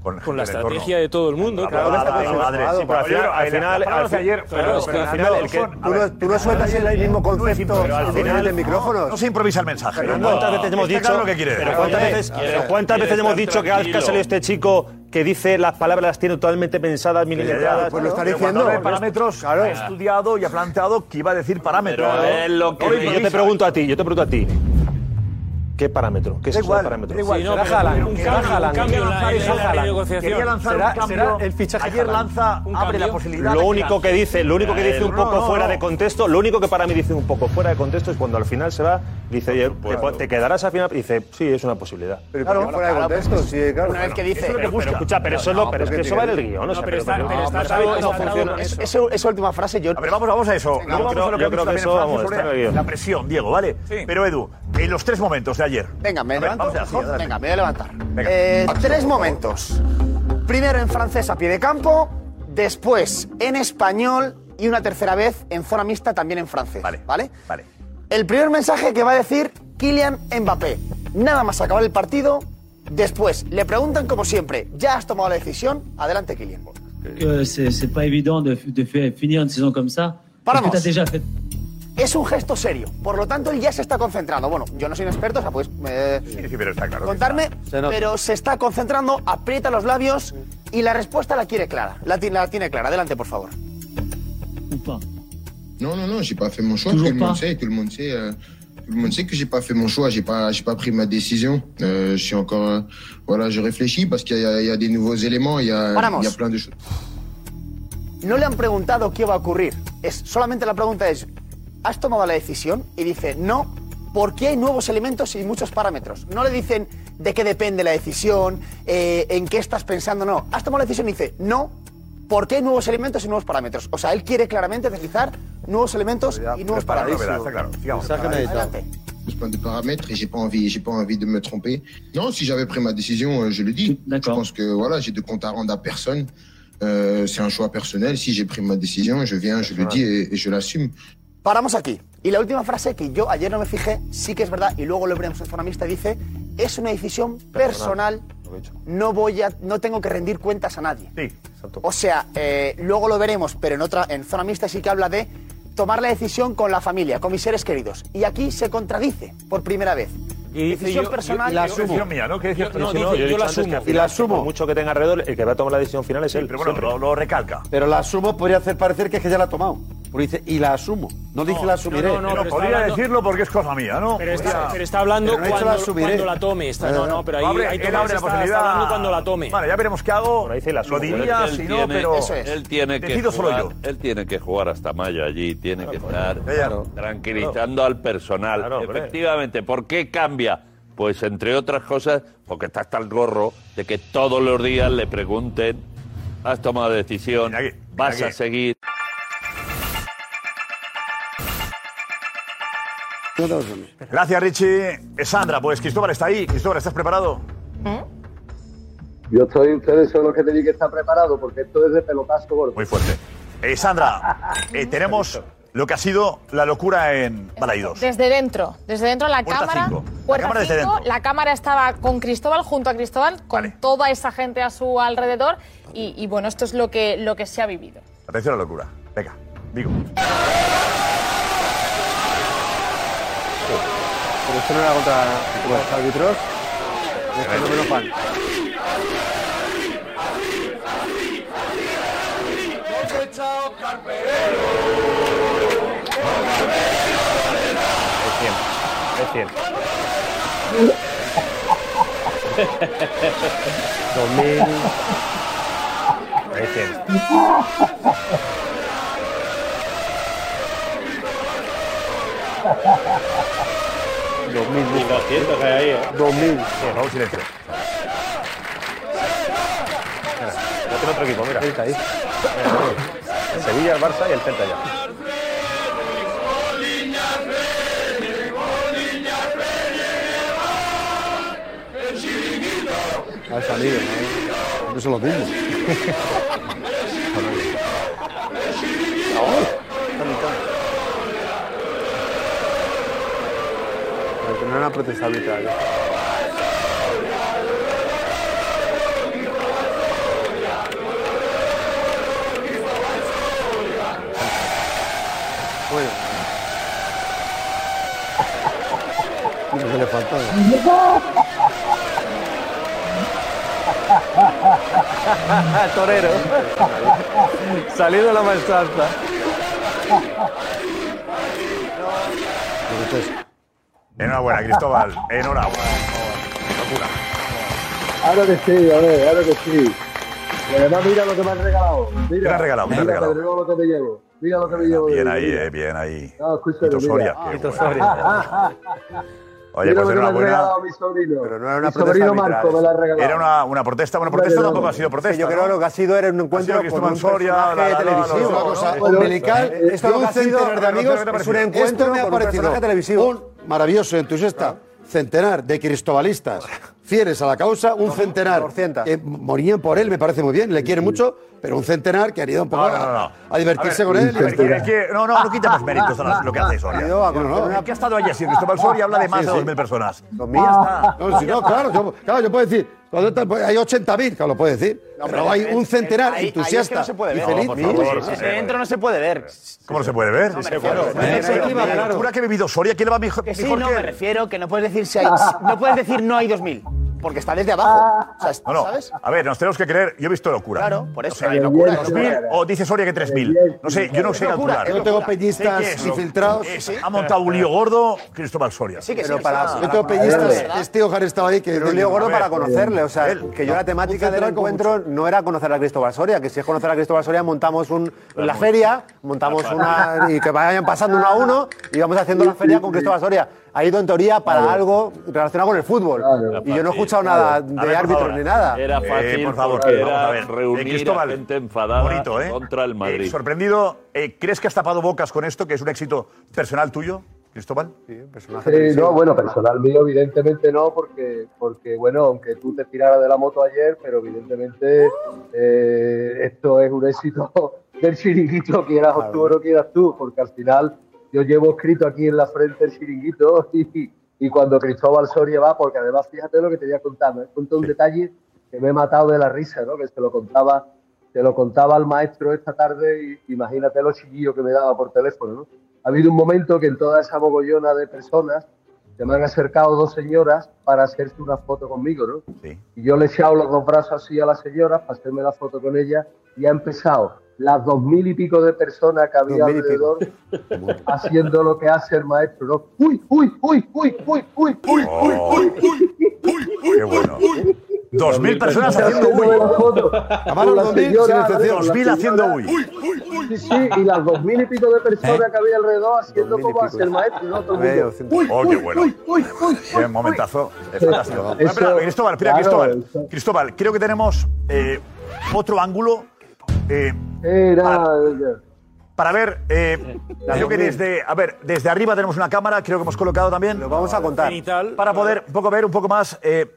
Speaker 13: Con la estrategia de todo el mundo.
Speaker 17: La palabra de madre. Sí, pero al final- al final- al fin- pero es que al final el que-
Speaker 8: Tú no, tú no sueltas el mismo concepto
Speaker 1: Pero al final
Speaker 8: del micrófono.
Speaker 1: No se improvisa el mensaje.
Speaker 17: Pero ¿cuántas veces hemos
Speaker 1: Está
Speaker 17: dicho,
Speaker 1: claro lo que quiere
Speaker 17: pero
Speaker 1: decir.
Speaker 17: cuántas veces, pero cuántas veces hemos dicho que al- que ha salido este chico que dice las palabras las tiene totalmente pensadas, milimetradas?
Speaker 1: Pues lo está
Speaker 8: ¿eh?
Speaker 1: diciendo. parámetros, ha estudiado y ha planteado que iba a decir parámetros.
Speaker 17: Pero es lo que
Speaker 1: Oye,
Speaker 17: yo te pregunto a ti, yo te pregunto a ti. ¿Qué parámetro? ¿Qué es eso
Speaker 1: Da
Speaker 17: de
Speaker 1: igual,
Speaker 17: parámetro?
Speaker 1: da igual, Sí, no, será pero- Haaland, pero un será cambio, Haaland, un cambio en la- será en la Haaland. negociación. Quería lanzar un cambio. Ayer lanza, abre la posibilidad de
Speaker 17: Lo
Speaker 1: que
Speaker 17: único que
Speaker 1: lance.
Speaker 17: dice, lo único que dice un
Speaker 1: No,
Speaker 17: poco
Speaker 1: no,
Speaker 17: fuera
Speaker 1: no.
Speaker 17: de contexto, lo único que para mí dice un poco fuera de contexto es cuando al final se va, dice, oye,
Speaker 1: Pues,
Speaker 17: te, po- te quedarás al final, y dice, sí, es una posibilidad.
Speaker 8: Pero claro, fuera de contexto, sí, claro.
Speaker 3: Una vez que dice.
Speaker 17: Pero, pero escucha, pero eso, es lo- pero es que eso va en el guión. o sea, pero- no, pero ¿sabes cómo funciona
Speaker 3: Eso-
Speaker 17: eso?
Speaker 3: eso- Esa última frase, yo.
Speaker 1: A ver, vamos, vamos a eso.
Speaker 3: Venga,
Speaker 1: Luego
Speaker 3: yo
Speaker 1: vamos a
Speaker 3: creo-
Speaker 1: lo que
Speaker 3: yo
Speaker 1: ha
Speaker 3: creo
Speaker 1: dicho
Speaker 3: que
Speaker 1: también
Speaker 3: eso,
Speaker 1: Francis
Speaker 3: vamos,
Speaker 1: sobre
Speaker 3: está en el guión.
Speaker 1: la presión, Diego, ¿vale? Pero Edu, en los tres momentos de ayer.
Speaker 3: Venga, me
Speaker 1: A ver,
Speaker 3: levanto.
Speaker 1: vamos así, adelante.
Speaker 3: Venga, me voy a levantar. Eh, tres momentos. Primero en francés a pie de campo, después en español y una tercera vez en zona mixta también en francés. Vale. ¿Vale?
Speaker 1: Vale.
Speaker 3: El primer mensaje que va a decir Kylian Mbappé. Nada más acabar el partido. Después le preguntan como siempre, ¿ya has tomado la decisión? Adelante, Kylian.
Speaker 4: Euh, c'est c'est pas évident de, de faire- finir une saison comme ça. Parce que
Speaker 3: Paramos.
Speaker 4: t'as déjà fait
Speaker 3: Es un gesto serio, por lo tanto él ya se está concentrando. Bueno, yo no soy un experto, o sea, pues eh,
Speaker 1: Sí, sí, pero está claro. que
Speaker 3: contarme,
Speaker 1: está. Se nota.
Speaker 3: pero se está concentrando, aprieta los labios y la respuesta la quiere clara. La, ti- la tiene clara. Adelante, por favor.
Speaker 4: ou pas.
Speaker 5: Non, non, non, j'ai pas fait mon choix.
Speaker 4: Toujours
Speaker 5: tout le
Speaker 4: pas.
Speaker 5: monde sait, tout le monde sait, euh, tout le monde sait que j'ai pas fait mon choix. J'ai pas, j'ai pas pris ma décision. Euh, je suis encore, euh, voilà, je réfléchis parce qu'il y, a- il y a des nouveaux éléments. Il y a,
Speaker 3: Paramos.
Speaker 5: il y a plein de choses.
Speaker 3: No le han preguntado qué va a ocurrir. Es, solamente la pregunta es, ¿has tomado la decisión? Y dice, no, porque hay nuevos elementos y muchos parámetros. No le dicen de qué depende la decisión, eh, en qué estás pensando, no. ¿Has tomado la decisión? Y dice, no, porque hay nuevos elementos y nuevos parámetros. O sea, él quiere claramente deslizar nuevos elementos y nuevos parámetros. Adelante.
Speaker 5: J'ai plein de paramètres et j'ai pas envie, j'ai pas envie de me tromper. Non, si j'avais pris ma décision, euh, je le dis. Je pense que voilà, j'ai de compte à rendre à personne. Euh, c'est un choix personnel. Si j'ai pris ma décision, je viens, je le dis et- et je l'assume.
Speaker 3: Paramos aquí. Y la última frase que yo ayer no me fijé, sí que es verdad, y luego lo veremos en Zona Mixta, dice, es una decisión personal, no voy a, no tengo que rendir cuentas a nadie. O sea, eh, luego lo veremos, pero en otra, en Zona Mixta sí que habla de tomar la decisión con la familia, con mis seres queridos. Y aquí se contradice por primera vez. decisión personal
Speaker 17: no, dice, yo, la asumo.
Speaker 12: Y la asumo.
Speaker 17: mucho que tenga alrededor, el que va a tomar la decisión final es él.
Speaker 12: pero bueno,
Speaker 17: siempre.
Speaker 12: lo- Pero la asumo podría hacer parecer que es que ya la ha tomado. Porque dice, y la asumo. No dice la asumiré.
Speaker 13: no, no, pero podría
Speaker 1: decirlo porque es cosa mía, ¿no?
Speaker 13: Pero está, pero está hablando
Speaker 12: Pero no he dicho
Speaker 13: cuando,
Speaker 12: la
Speaker 13: cuando la
Speaker 12: subiré.
Speaker 13: tome. Está,
Speaker 12: Eh,
Speaker 13: no, no, pero ahí,
Speaker 12: abre-
Speaker 13: ahí
Speaker 12: él abre la
Speaker 13: todavía se está- está
Speaker 12: posibilidad.
Speaker 13: hablando cuando la tome.
Speaker 1: Vale, ya veremos qué hago. lo diría,
Speaker 11: Él
Speaker 1: si no,
Speaker 11: tiene-
Speaker 1: pero
Speaker 11: Él tiene que
Speaker 1: decido solo
Speaker 11: jugar-
Speaker 1: yo.
Speaker 11: Él tiene que jugar hasta mayo allí, tiene que estar
Speaker 1: Claro.
Speaker 11: tranquilizando al personal.
Speaker 17: Claro, hombre.
Speaker 11: Efectivamente, ¿por qué cambia? Pues entre otras cosas, porque está hasta el gorro de que todos los días le pregunten, has tomado decisión, vas
Speaker 1: aquí.
Speaker 11: a seguir.
Speaker 1: Gracias, Richie. Eh, Sandra, pues Cristóbal está ahí. Cristóbal, ¿estás preparado?
Speaker 23: Yo estoy, ustedes son los que tenéis que estar preparados, porque esto es de pelotazo gordo.
Speaker 1: Muy fuerte. Eh, Sandra, eh, tenemos Lo que ha sido la locura en Balaidos.
Speaker 6: Desde dentro, desde dentro la
Speaker 1: Puerta
Speaker 6: cámara.
Speaker 1: cinco. La
Speaker 6: puerta
Speaker 1: cámara desde
Speaker 6: cinco,
Speaker 1: dentro.
Speaker 6: la cámara estaba con Cristóbal, junto a Cristóbal, con toda esa gente a su alrededor. Y, y bueno, esto es lo que, lo que se ha vivido.
Speaker 1: Atención a la locura. Venga, digo.
Speaker 8: Pero esto no era contra contra los árbitros. Esto no me lo fan.
Speaker 13: Es cierto.
Speaker 17: 2000. Es cierto.
Speaker 10: Ni 200 hay ahí, ¿eh?
Speaker 8: 2000.
Speaker 1: Vamos, silencio.
Speaker 17: Mira, este otro equipo, mira. Mira, mira. El Sevilla, el Barça y el Celta ya.
Speaker 12: Ha salido, ¿no? No son los mismos.
Speaker 8: Porque no era una protesta arbitral. Bueno.
Speaker 12: Lo que le faltaba.
Speaker 17: Torero. Salido de la maestranza.
Speaker 1: Enhorabuena, Cristóbal. Enhorabuena. Locura.
Speaker 23: Ahora que sí, a ver, ahora que sí. Y además mira lo que me has regalado. Mira,
Speaker 1: ¿Qué me has regalado? ¿Qué me has
Speaker 23: mira,
Speaker 1: regalado?
Speaker 23: Pedro, lo que me llevo. Mira lo que me llevo.
Speaker 1: Bien
Speaker 23: de-
Speaker 1: ahí,
Speaker 23: mira.
Speaker 1: eh, bien ahí.
Speaker 23: No, escúchame,
Speaker 1: Tito Soria,
Speaker 23: mira.
Speaker 1: qué
Speaker 23: Tito
Speaker 1: bueno.
Speaker 23: Soria.
Speaker 1: Oye,
Speaker 23: Mira lo que
Speaker 1: pues
Speaker 23: me has
Speaker 1: enhorabuena.
Speaker 23: regalado mi sobrino.
Speaker 1: Pero
Speaker 23: no era una Mi protesta sobrino arbitral, Marco me la ha regalado.
Speaker 1: eh. Era una, una protesta. Bueno,
Speaker 23: Hombre,
Speaker 1: protesta
Speaker 23: no.
Speaker 1: tampoco ha sido protesta.
Speaker 8: Sí, yo creo que lo que ha sido era un encuentro
Speaker 1: Ha sido Cristóbal
Speaker 8: con un
Speaker 1: Soria,
Speaker 8: personaje
Speaker 1: la, la, la,
Speaker 8: televisivo.
Speaker 1: los-
Speaker 8: Una cosa
Speaker 1: los-
Speaker 8: umbilical,
Speaker 1: Eh,
Speaker 8: esto lo que ha
Speaker 1: Dulce,
Speaker 8: sido
Speaker 1: Dulce,
Speaker 8: de amigos,
Speaker 1: ¿qué te
Speaker 8: es un
Speaker 1: parece?
Speaker 8: encuentro
Speaker 12: Esto me ha
Speaker 8: con un
Speaker 12: parecido
Speaker 8: personaje televisivo.
Speaker 12: un maravilloso entusiasta centenar de cristobalistas fieles a la causa, un centenar que morían por él, me parece muy bien, le quieren mucho, pero un centenar que han ido un poco
Speaker 1: No, no, no.
Speaker 12: a- a divertirse
Speaker 1: A ver,
Speaker 12: con él.
Speaker 1: a ver, que- es que- no, no, no quitemos méritos a las- lo que hace Soria.
Speaker 12: Ah, no, no.
Speaker 1: El que ha estado allí, sí, Cristóbal Soria habla de más
Speaker 12: Sí,
Speaker 1: de
Speaker 12: sí.
Speaker 1: 2.000 personas. Ah.
Speaker 12: No, si no, claro, yo, claro, yo puedo decir, cuando tal, pues, hay 80.000, claro, lo puedo decir, pero hay un centenar entusiasta y feliz.
Speaker 1: Desde dentro no se puede ver. ¿Cómo no se puede ver?
Speaker 12: me refiero.
Speaker 1: Eh,
Speaker 12: Ese clima,
Speaker 1: La
Speaker 12: claro.
Speaker 1: locura que ha vivido Soria, ¿quién le va mejor
Speaker 3: Que sí,
Speaker 1: mejor
Speaker 3: no,
Speaker 1: que
Speaker 3: me
Speaker 1: él?
Speaker 3: refiero que no puedes decir si hay, no puedes decir no hay 2000, porque está desde abajo. O sea,
Speaker 1: No, no.
Speaker 3: ¿sabes?
Speaker 1: A ver, nos tenemos que creer. Yo he visto locura. Claro,
Speaker 3: por
Speaker 1: eso.
Speaker 3: hay locura, hay
Speaker 1: 2.000
Speaker 3: locura.
Speaker 1: o dice Soria que 3.000. No sé, yo no
Speaker 12: Es
Speaker 1: sé
Speaker 12: locura,
Speaker 1: calcular.
Speaker 12: es locura. Yo tengo peñistas
Speaker 1: Sé que es
Speaker 12: y
Speaker 1: lo-
Speaker 12: filtrados.
Speaker 1: es-
Speaker 12: Sí, sí.
Speaker 1: Ha montado un lío gordo Cristóbal Soria.
Speaker 12: Sí, que sí, Pero que para- sí. para- para- Peñistas, este Ojar estaba ahí que
Speaker 8: Pero un lío gordo
Speaker 1: A ver.
Speaker 8: para conocerle, o sea, que yo
Speaker 12: No,
Speaker 8: la temática
Speaker 12: un
Speaker 8: del
Speaker 12: central con
Speaker 8: encuentro no era conocer a Cristóbal Soria, que si es conocer a Cristóbal Soria montamos un, la feria, montamos
Speaker 12: Claro.
Speaker 8: una y que vayan pasando uno a uno y vamos haciendo la feria con Cristóbal Soria. Ha ido en teoría para algo relacionado con el fútbol y yo no he escuchado nada
Speaker 11: A
Speaker 8: de
Speaker 11: ver,
Speaker 8: árbitros
Speaker 11: por
Speaker 8: ni
Speaker 11: favor.
Speaker 8: nada.
Speaker 11: Era
Speaker 1: Eh,
Speaker 11: fácil,
Speaker 1: por favor,
Speaker 11: porque
Speaker 1: vamos
Speaker 11: era
Speaker 1: a ver. Eh,
Speaker 11: reunir a
Speaker 1: Cristóbal,
Speaker 11: gente enfadada
Speaker 1: bonito, ¿eh?
Speaker 11: contra el Madrid.
Speaker 1: Eh, sorprendido, eh, ¿crees que has tapado bocas con esto, que es un éxito personal tuyo, Cristóbal? Sí, personal.
Speaker 23: Sí, no, bueno, personal mío, evidentemente Este no, porque, porque bueno, aunque tú te tiraras de la moto ayer, pero evidentemente eh, esto es un éxito del chiringuito, quieras tú o no quieras tú, porque al final yo llevo escrito aquí en la frente el chiringuito y, y cuando Cristóbal Soria va, porque además fíjate lo que te voy a contar, me has contado un detalle que me he matado de la risa, ¿no? que se lo contaba te lo contaba al maestro esta tarde y imagínate los chiquillos que me daba por teléfono. ¿no? Ha habido un momento que en toda esa mogollona de personas se me han acercado dos señoras para hacerse una foto conmigo, ¿no? Y yo le he echado los dos brazos así a las señoras para hacerme la foto con ellas y ha empezado las dos mil y pico de personas que había
Speaker 8: Dos mil y pico.
Speaker 23: alrededor haciendo lo que hace el maestro, ¿no? ¡Uy, uy, uy, uy, uy, uy, uy,
Speaker 1: Oh.
Speaker 23: uy, uy, uy, uy!
Speaker 1: ¡Qué bueno! Dos mil personas haciendo
Speaker 23: haciéndome
Speaker 1: uy.
Speaker 23: la foto.
Speaker 1: Amaro,
Speaker 23: Las
Speaker 1: dos mil,
Speaker 23: señoras,
Speaker 1: sin excepción.
Speaker 23: las
Speaker 1: Dos mil haciendo
Speaker 23: señoras.
Speaker 1: uy. ¿Eh?
Speaker 23: Sí, sí, y las dos mil y pico de personas que había alrededor haciendo como hace el maestro, ¿no? Todo el mundo.
Speaker 1: ¡Oh, qué bueno!
Speaker 23: uy, uy, uy,
Speaker 1: Qué momentazo. Es fantástico.
Speaker 23: Eso-
Speaker 1: espera, Cristóbal, espera,
Speaker 23: claro,
Speaker 1: Cristóbal. Cristóbal, creo que tenemos eh, otro ángulo eh,
Speaker 23: Era...
Speaker 1: para ver. eh, creo que desde, a ver, desde arriba tenemos una cámara, creo que hemos colocado también. Lo
Speaker 8: vamos a contar.
Speaker 1: para poder un poco ver un poco más eh,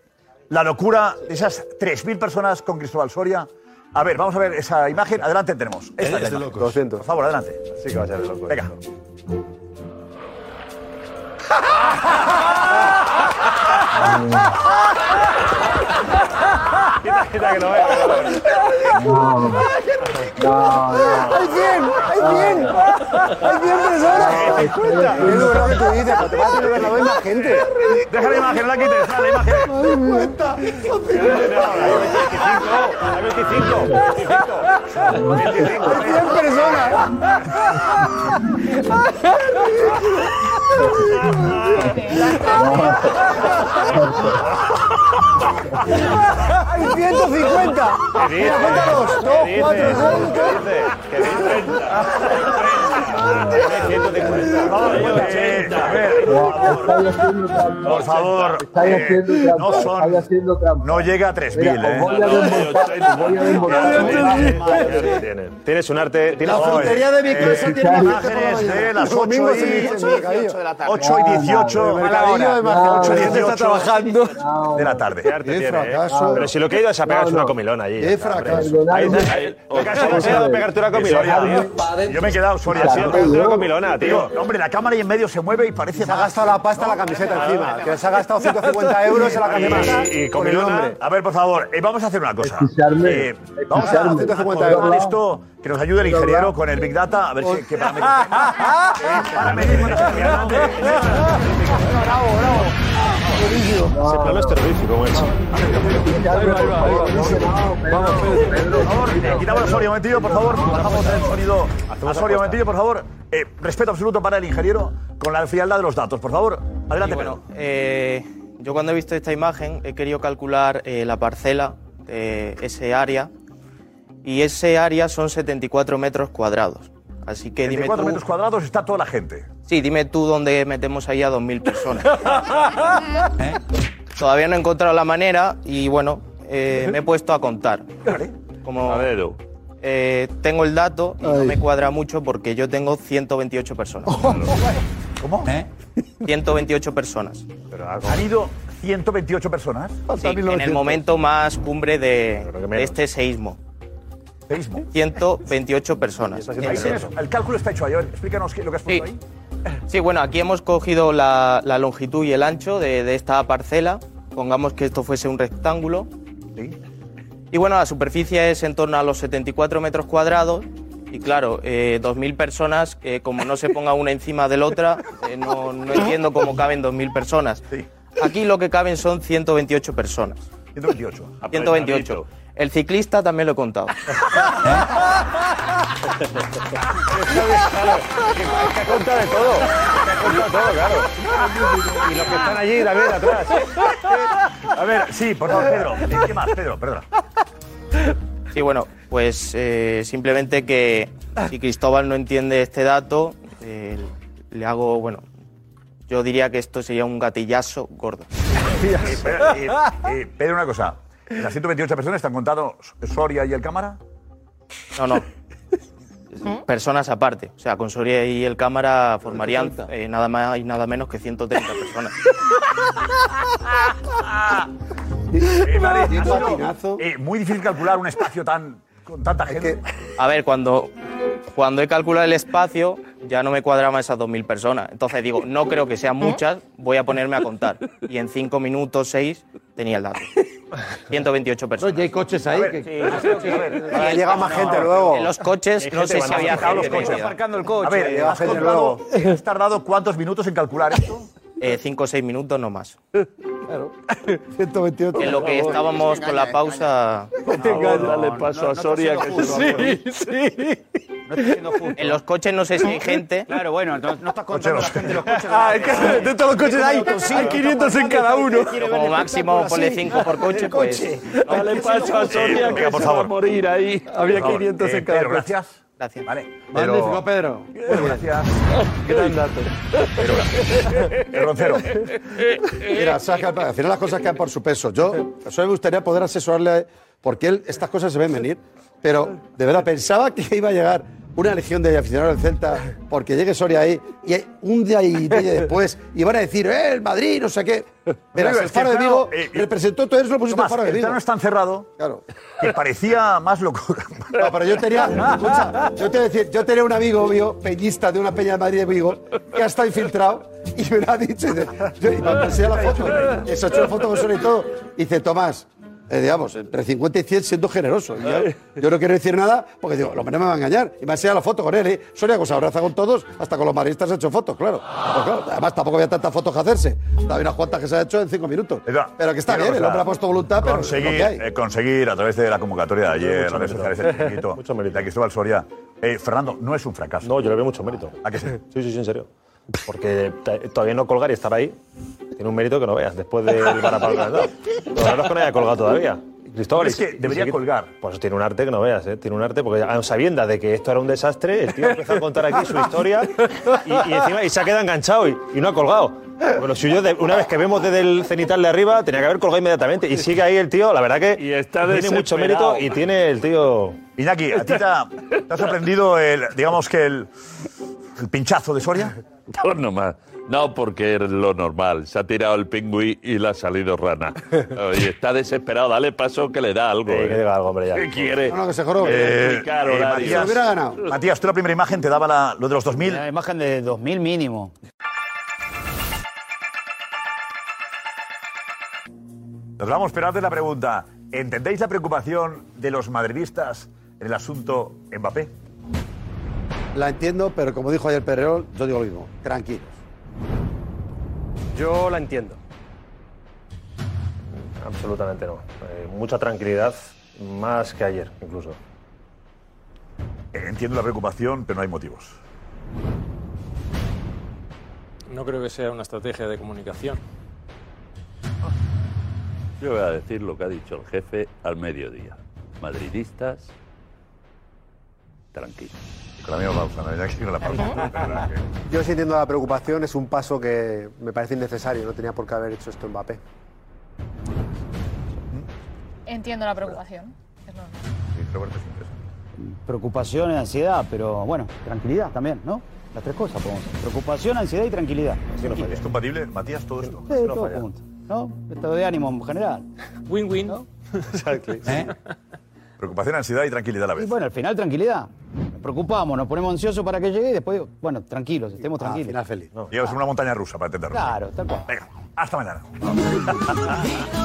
Speaker 1: la locura de esas 3.000 personas con Cristóbal Soria A ver, vamos a ver esa imagen. Adelante tenemos.
Speaker 12: Es
Speaker 8: Este
Speaker 1: Esta es
Speaker 12: de
Speaker 1: la imagen.
Speaker 12: locos. 200.
Speaker 1: Por favor, adelante.
Speaker 12: Sí que va a ser de locos.
Speaker 1: Venga.
Speaker 13: Quita, quita, que lo vea, que lo vea.
Speaker 22: No, no,
Speaker 8: ¡Hay 100! ¡Hay 100! ¡Hay 100 personas!
Speaker 1: cuenta?
Speaker 8: Es lo que tú dices, pero te va a tener que ver más gente.
Speaker 1: Deja la imagen, no la quites, deja la imagen.
Speaker 8: cuenta!
Speaker 13: ¡Hay 25!
Speaker 8: ¡Hay 100 personas! ¡Hay 150!
Speaker 13: ¿Qué dices?
Speaker 8: Mira, cuéntalos. Dos,
Speaker 13: ¿Qué
Speaker 8: cuatro,
Speaker 13: dices?
Speaker 8: seis,
Speaker 13: ¿Qué dices? ¿Qué dices?
Speaker 1: Por favor,
Speaker 23: Estáis
Speaker 1: eh,
Speaker 23: haciendo trampa.
Speaker 1: no son-
Speaker 23: Estáis haciendo trampa.
Speaker 1: no llega a 3.000,
Speaker 23: Mira,
Speaker 1: ¿eh?
Speaker 23: os voy a desmontar, os voy a desmontar.
Speaker 17: Tienes un arte. Eh, Tienes
Speaker 1: La frutería de mi casa tiene
Speaker 17: una
Speaker 1: una imágenes de eh, las 8
Speaker 8: Domingo
Speaker 1: y,
Speaker 8: sin mercadillo.
Speaker 1: 8 y 18
Speaker 8: El mercadillo de Marca.
Speaker 1: 8 y
Speaker 8: 18.
Speaker 1: 18
Speaker 8: trabajando.
Speaker 1: eh, de la tarde.
Speaker 17: Qué arte tiene, ¿eh? Pero si lo que he ido es a pegarse una comilona allí.
Speaker 1: Qué
Speaker 17: ya está, hombre.
Speaker 1: fracaso.
Speaker 17: Ahí está, ahí- Lo que has ido ha sido a pegarte una comilona, tío.
Speaker 1: Yo me he quedado, Soria.
Speaker 17: Ha sido a pegarte una comilona, tío.
Speaker 1: Hombre, la cámara y en medio se mueve y parece...
Speaker 8: Se ha gastado la pasta en la camiseta encima. Que se ha gastado 150 euros en la camiseta. con el nombre.
Speaker 1: A ver, por favor, eh, vamos a hacer una cosa.
Speaker 8: Escucharme,
Speaker 1: Eh, vamos a
Speaker 8: escucharme.
Speaker 1: acordar esto, que nos ayude el ingeniero con el Big Data, a ver si... Que para meter- Eh, para meter-
Speaker 17: Ese plano es terrorífico, güey.
Speaker 1: Eh, Quitamos a Soria un momentillo, por favor. Bajamos el sonido. A Soria un momentillo, por favor. Eh, respeto absoluto para el ingeniero con la frialdad de los datos, por favor. Adelante,
Speaker 9: Y
Speaker 1: pero.
Speaker 9: bueno, eh, yo cuando he visto esta imagen he querido calcular eh, la parcela, eh, ese área, y ese área son 74 metros cuadrados. Así que dime
Speaker 1: 24
Speaker 9: tú,
Speaker 1: metros cuadrados está toda la gente.
Speaker 9: sí, dime tú dónde metemos ahí a 2.000 personas. ¿Eh? Todavía no he encontrado la manera y bueno, eh, me he puesto a contar. Como eh, tengo el dato y no me cuadra mucho porque yo tengo 128 personas.
Speaker 1: ¿Cómo?
Speaker 9: 128 personas.
Speaker 1: Han ido 128 personas.
Speaker 9: Sí, en el momento más cumbre de, de este seísmo.
Speaker 1: ¿Seísmo?
Speaker 9: 128 personas.
Speaker 1: Ahí tienes, el cálculo está hecho ahí. A ver, explícanos qué- lo que has puesto ahí.
Speaker 9: Sí, bueno, aquí hemos cogido la, la longitud y el ancho de, de esta parcela. Pongamos que esto fuese un rectángulo. Y bueno, la superficie es en torno a los 74 metros cuadrados. Y claro, eh, 2.000 personas, eh, como no se ponga una encima de la otra, eh, no, no entiendo cómo caben 2.000 personas. Aquí lo que caben son 128 personas.
Speaker 1: 128.
Speaker 9: 128. El ciclista también lo he contado.
Speaker 17: Que ha contado de todo. Que ha contado todo, claro. Y los que están allí también atrás.
Speaker 1: A ver, sí, por favor, Pedro. Eh, ¿Qué más, Pedro? Perdona.
Speaker 9: Sí, bueno, pues eh, simplemente que si Cristóbal no entiende este dato, eh, le hago, bueno, yo diría que esto sería un gatillazo gordo.
Speaker 1: Eh, Pedro, eh, eh, Pedro, una cosa. Las 128 personas están contando Soria y el cámara.
Speaker 9: No, no. Personas aparte. O sea, con Soria y el cámara formarían eh, nada más y nada menos que 130 personas.
Speaker 1: Eh, vale, ha sido, eh, muy difícil calcular un espacio tan con tanta gente.
Speaker 9: A ver, cuando, cuando he calculado el espacio, ya no me cuadraban esas 2.000 personas. Entonces digo, no creo que sean muchas, voy a ponerme a contar. Y en 5 minutos, 6, tenía el dato. 128 personas. Oye, hay coches ahí.
Speaker 8: Ha llegado más gente luego.
Speaker 9: En los coches, no sé si había gente.
Speaker 1: A ver, eh,
Speaker 9: Llega
Speaker 1: ¿has,
Speaker 9: gente
Speaker 1: contado-
Speaker 9: luego.
Speaker 1: has tardado cuántos minutos en calcular esto?
Speaker 9: 5 o 6 Eh, minutos, no más.
Speaker 12: Claro. 128.
Speaker 9: En lo que estábamos con la pausa...
Speaker 11: Dale paso a Soria que se lo apruebe.
Speaker 9: sí. En los coches no sé si hay gente. Claro, bueno, no, estás contando la gente los coches.
Speaker 15: Ah, es que de todos los coches hay, hay 500 en cada uno.
Speaker 9: Como máximo ponle 5 por coche, pues.
Speaker 15: Dale paso a Soria,
Speaker 1: venga,
Speaker 15: que
Speaker 1: por
Speaker 15: se va a
Speaker 1: favor.
Speaker 15: morir ahí. Había
Speaker 1: Por favor,
Speaker 15: 500
Speaker 1: eh,
Speaker 15: en cada
Speaker 1: Pedro,
Speaker 15: coche.
Speaker 1: gracias.
Speaker 9: Gracias.
Speaker 1: Vale.
Speaker 15: Magnífico,
Speaker 1: Pedro. Bueno, gracias.
Speaker 15: Gran dato.
Speaker 1: El roncero.
Speaker 12: Mira, saca, al final las cosas caen por su peso. Yo solo me gustaría poder asesorarle, porque él, estas cosas se ven venir, pero de verdad pensaba que iba a llegar. una legión de aficionados del Celta porque llegue Soria ahí y un día y medio después y van a decir, ¡eh, el Madrid, no sé qué! Verás,
Speaker 1: Pero
Speaker 12: el
Speaker 1: es que
Speaker 12: Faro de
Speaker 1: el
Speaker 12: Vigo
Speaker 1: Faro, eh,
Speaker 12: representó todo eso, lo pusiste el
Speaker 1: Tomás,
Speaker 12: Faro de
Speaker 1: el
Speaker 12: Vigo.
Speaker 1: plano es tan cerrado
Speaker 12: Claro.
Speaker 1: que parecía más locura.
Speaker 12: No, pero yo tenía, escucha, yo te voy a decir, yo tenía un amigo mío, peñista de una peña de Madrid de Vigo, que ha estado infiltrado y me lo ha dicho. y dice, yo y me ha enseñado la foto, y se ha hecho la foto con Soria y todo. Y dice, Tomás, eh, digamos, entre 50 y 100 siendo generoso. Y yo, yo no quiero decir nada porque digo, lo menos me va a engañar. Y me ha enseñado la foto con él, ¿eh? Soria que se abraza con todos, hasta con los maristas ha hecho fotos, claro. Pues claro, Además, tampoco había tantas fotos que hacerse. Había unas cuantas que se ha hecho en cinco minutos. Pero que está
Speaker 1: Pero,
Speaker 12: bien, el
Speaker 1: o sea,
Speaker 12: hombre ha puesto voluntad, pero es lo
Speaker 1: conseguir,
Speaker 12: que hay.
Speaker 1: eh, conseguir a través de la convocatoria de ayer,
Speaker 12: Mucho
Speaker 1: las redes sociales,
Speaker 12: mérito.
Speaker 1: el chiquito, de Cristóbal Soria. Eh, Fernando, no es un fracaso.
Speaker 17: No, yo le veo mucho mérito.
Speaker 1: ¿A que sí?
Speaker 17: Sí, sí, sí, en serio. Porque ta- todavía no colgar y estar ahí tiene un mérito que no veas después del varapalo que le han dado. Lo raro es que no haya colgado todavía. Cristóbal,
Speaker 1: Es que
Speaker 17: y- y
Speaker 1: debería
Speaker 17: seguir-
Speaker 1: colgar.
Speaker 17: Pues tiene un arte que no veas, ¿eh? Tiene un arte porque a sabiendas de que esto era un desastre, el tío empezó a contar aquí su historia y, y encima y se ha quedado enganchado y, y no ha colgado. Pero lo suyo, de- una vez que vemos desde el cenital de arriba, tenía que haber colgado inmediatamente. Y sigue ahí el tío, la verdad que tiene mucho
Speaker 1: desesperado.
Speaker 17: mérito y tiene el tío...
Speaker 1: Iñaki, ¿a ti te ha, te ha sorprendido, el, digamos que el, el pinchazo de Soria?
Speaker 11: No, no más. No, porque es lo normal. Se ha tirado el pingüí y le ha salido rana. Y está desesperado. Dale paso que le da algo. ¿eh?
Speaker 17: Sí, que diga algo, hombre, ya.
Speaker 11: ¿Qué quiere?
Speaker 12: No, no, que se jorobe.
Speaker 11: Eh, explicar
Speaker 1: eh,
Speaker 11: horarios.
Speaker 1: Matías, Matías, tú la primera imagen te daba la- lo de los 2000.
Speaker 21: La imagen de 2000 mínimo.
Speaker 1: Nos vamos, pero antes la pregunta. ¿Entendéis la preocupación de los madridistas en el asunto Mbappé?
Speaker 12: La entiendo, pero como dijo ayer Perreol, yo digo lo mismo. Tranquilos.
Speaker 17: Yo la entiendo. Absolutamente no. Eh, mucha tranquilidad, más que ayer incluso.
Speaker 1: Eh, Entiendo la preocupación, pero no hay motivos.
Speaker 13: No creo que sea una estrategia de comunicación.
Speaker 11: Yo voy a decir lo que ha dicho el jefe al mediodía. Madridistas, tranquilos.
Speaker 1: Con la misma pausa, la verdad que con la pausa.
Speaker 8: Yo sí entiendo la preocupación, es un paso que me parece innecesario, no tenía por qué haber hecho esto Mbappé.
Speaker 6: Entiendo la preocupación. Es normal.
Speaker 21: Preocupación y ansiedad, pero bueno, tranquilidad también, ¿no? Las tres cosas podemos hacer. Preocupación, ansiedad y tranquilidad.
Speaker 1: ¿Es compatible, Matías, todo esto?
Speaker 21: Sí, todo junto, ¿no? Estado de ánimo en general.
Speaker 13: Win-win.
Speaker 21: ¿Eh?
Speaker 1: Preocupación, ansiedad y tranquilidad a la
Speaker 21: Y
Speaker 1: vez.
Speaker 21: bueno, al final tranquilidad. Nos preocupamos, nos ponemos ansiosos para que llegue y después, bueno, tranquilos, estemos tranquilos.
Speaker 1: Ah, final
Speaker 12: feliz.
Speaker 1: Llegas a una montaña rusa para entenderlo.
Speaker 21: Claro, tal cual.
Speaker 1: Venga, hasta mañana.
Speaker 7: no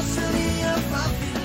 Speaker 7: sería fácil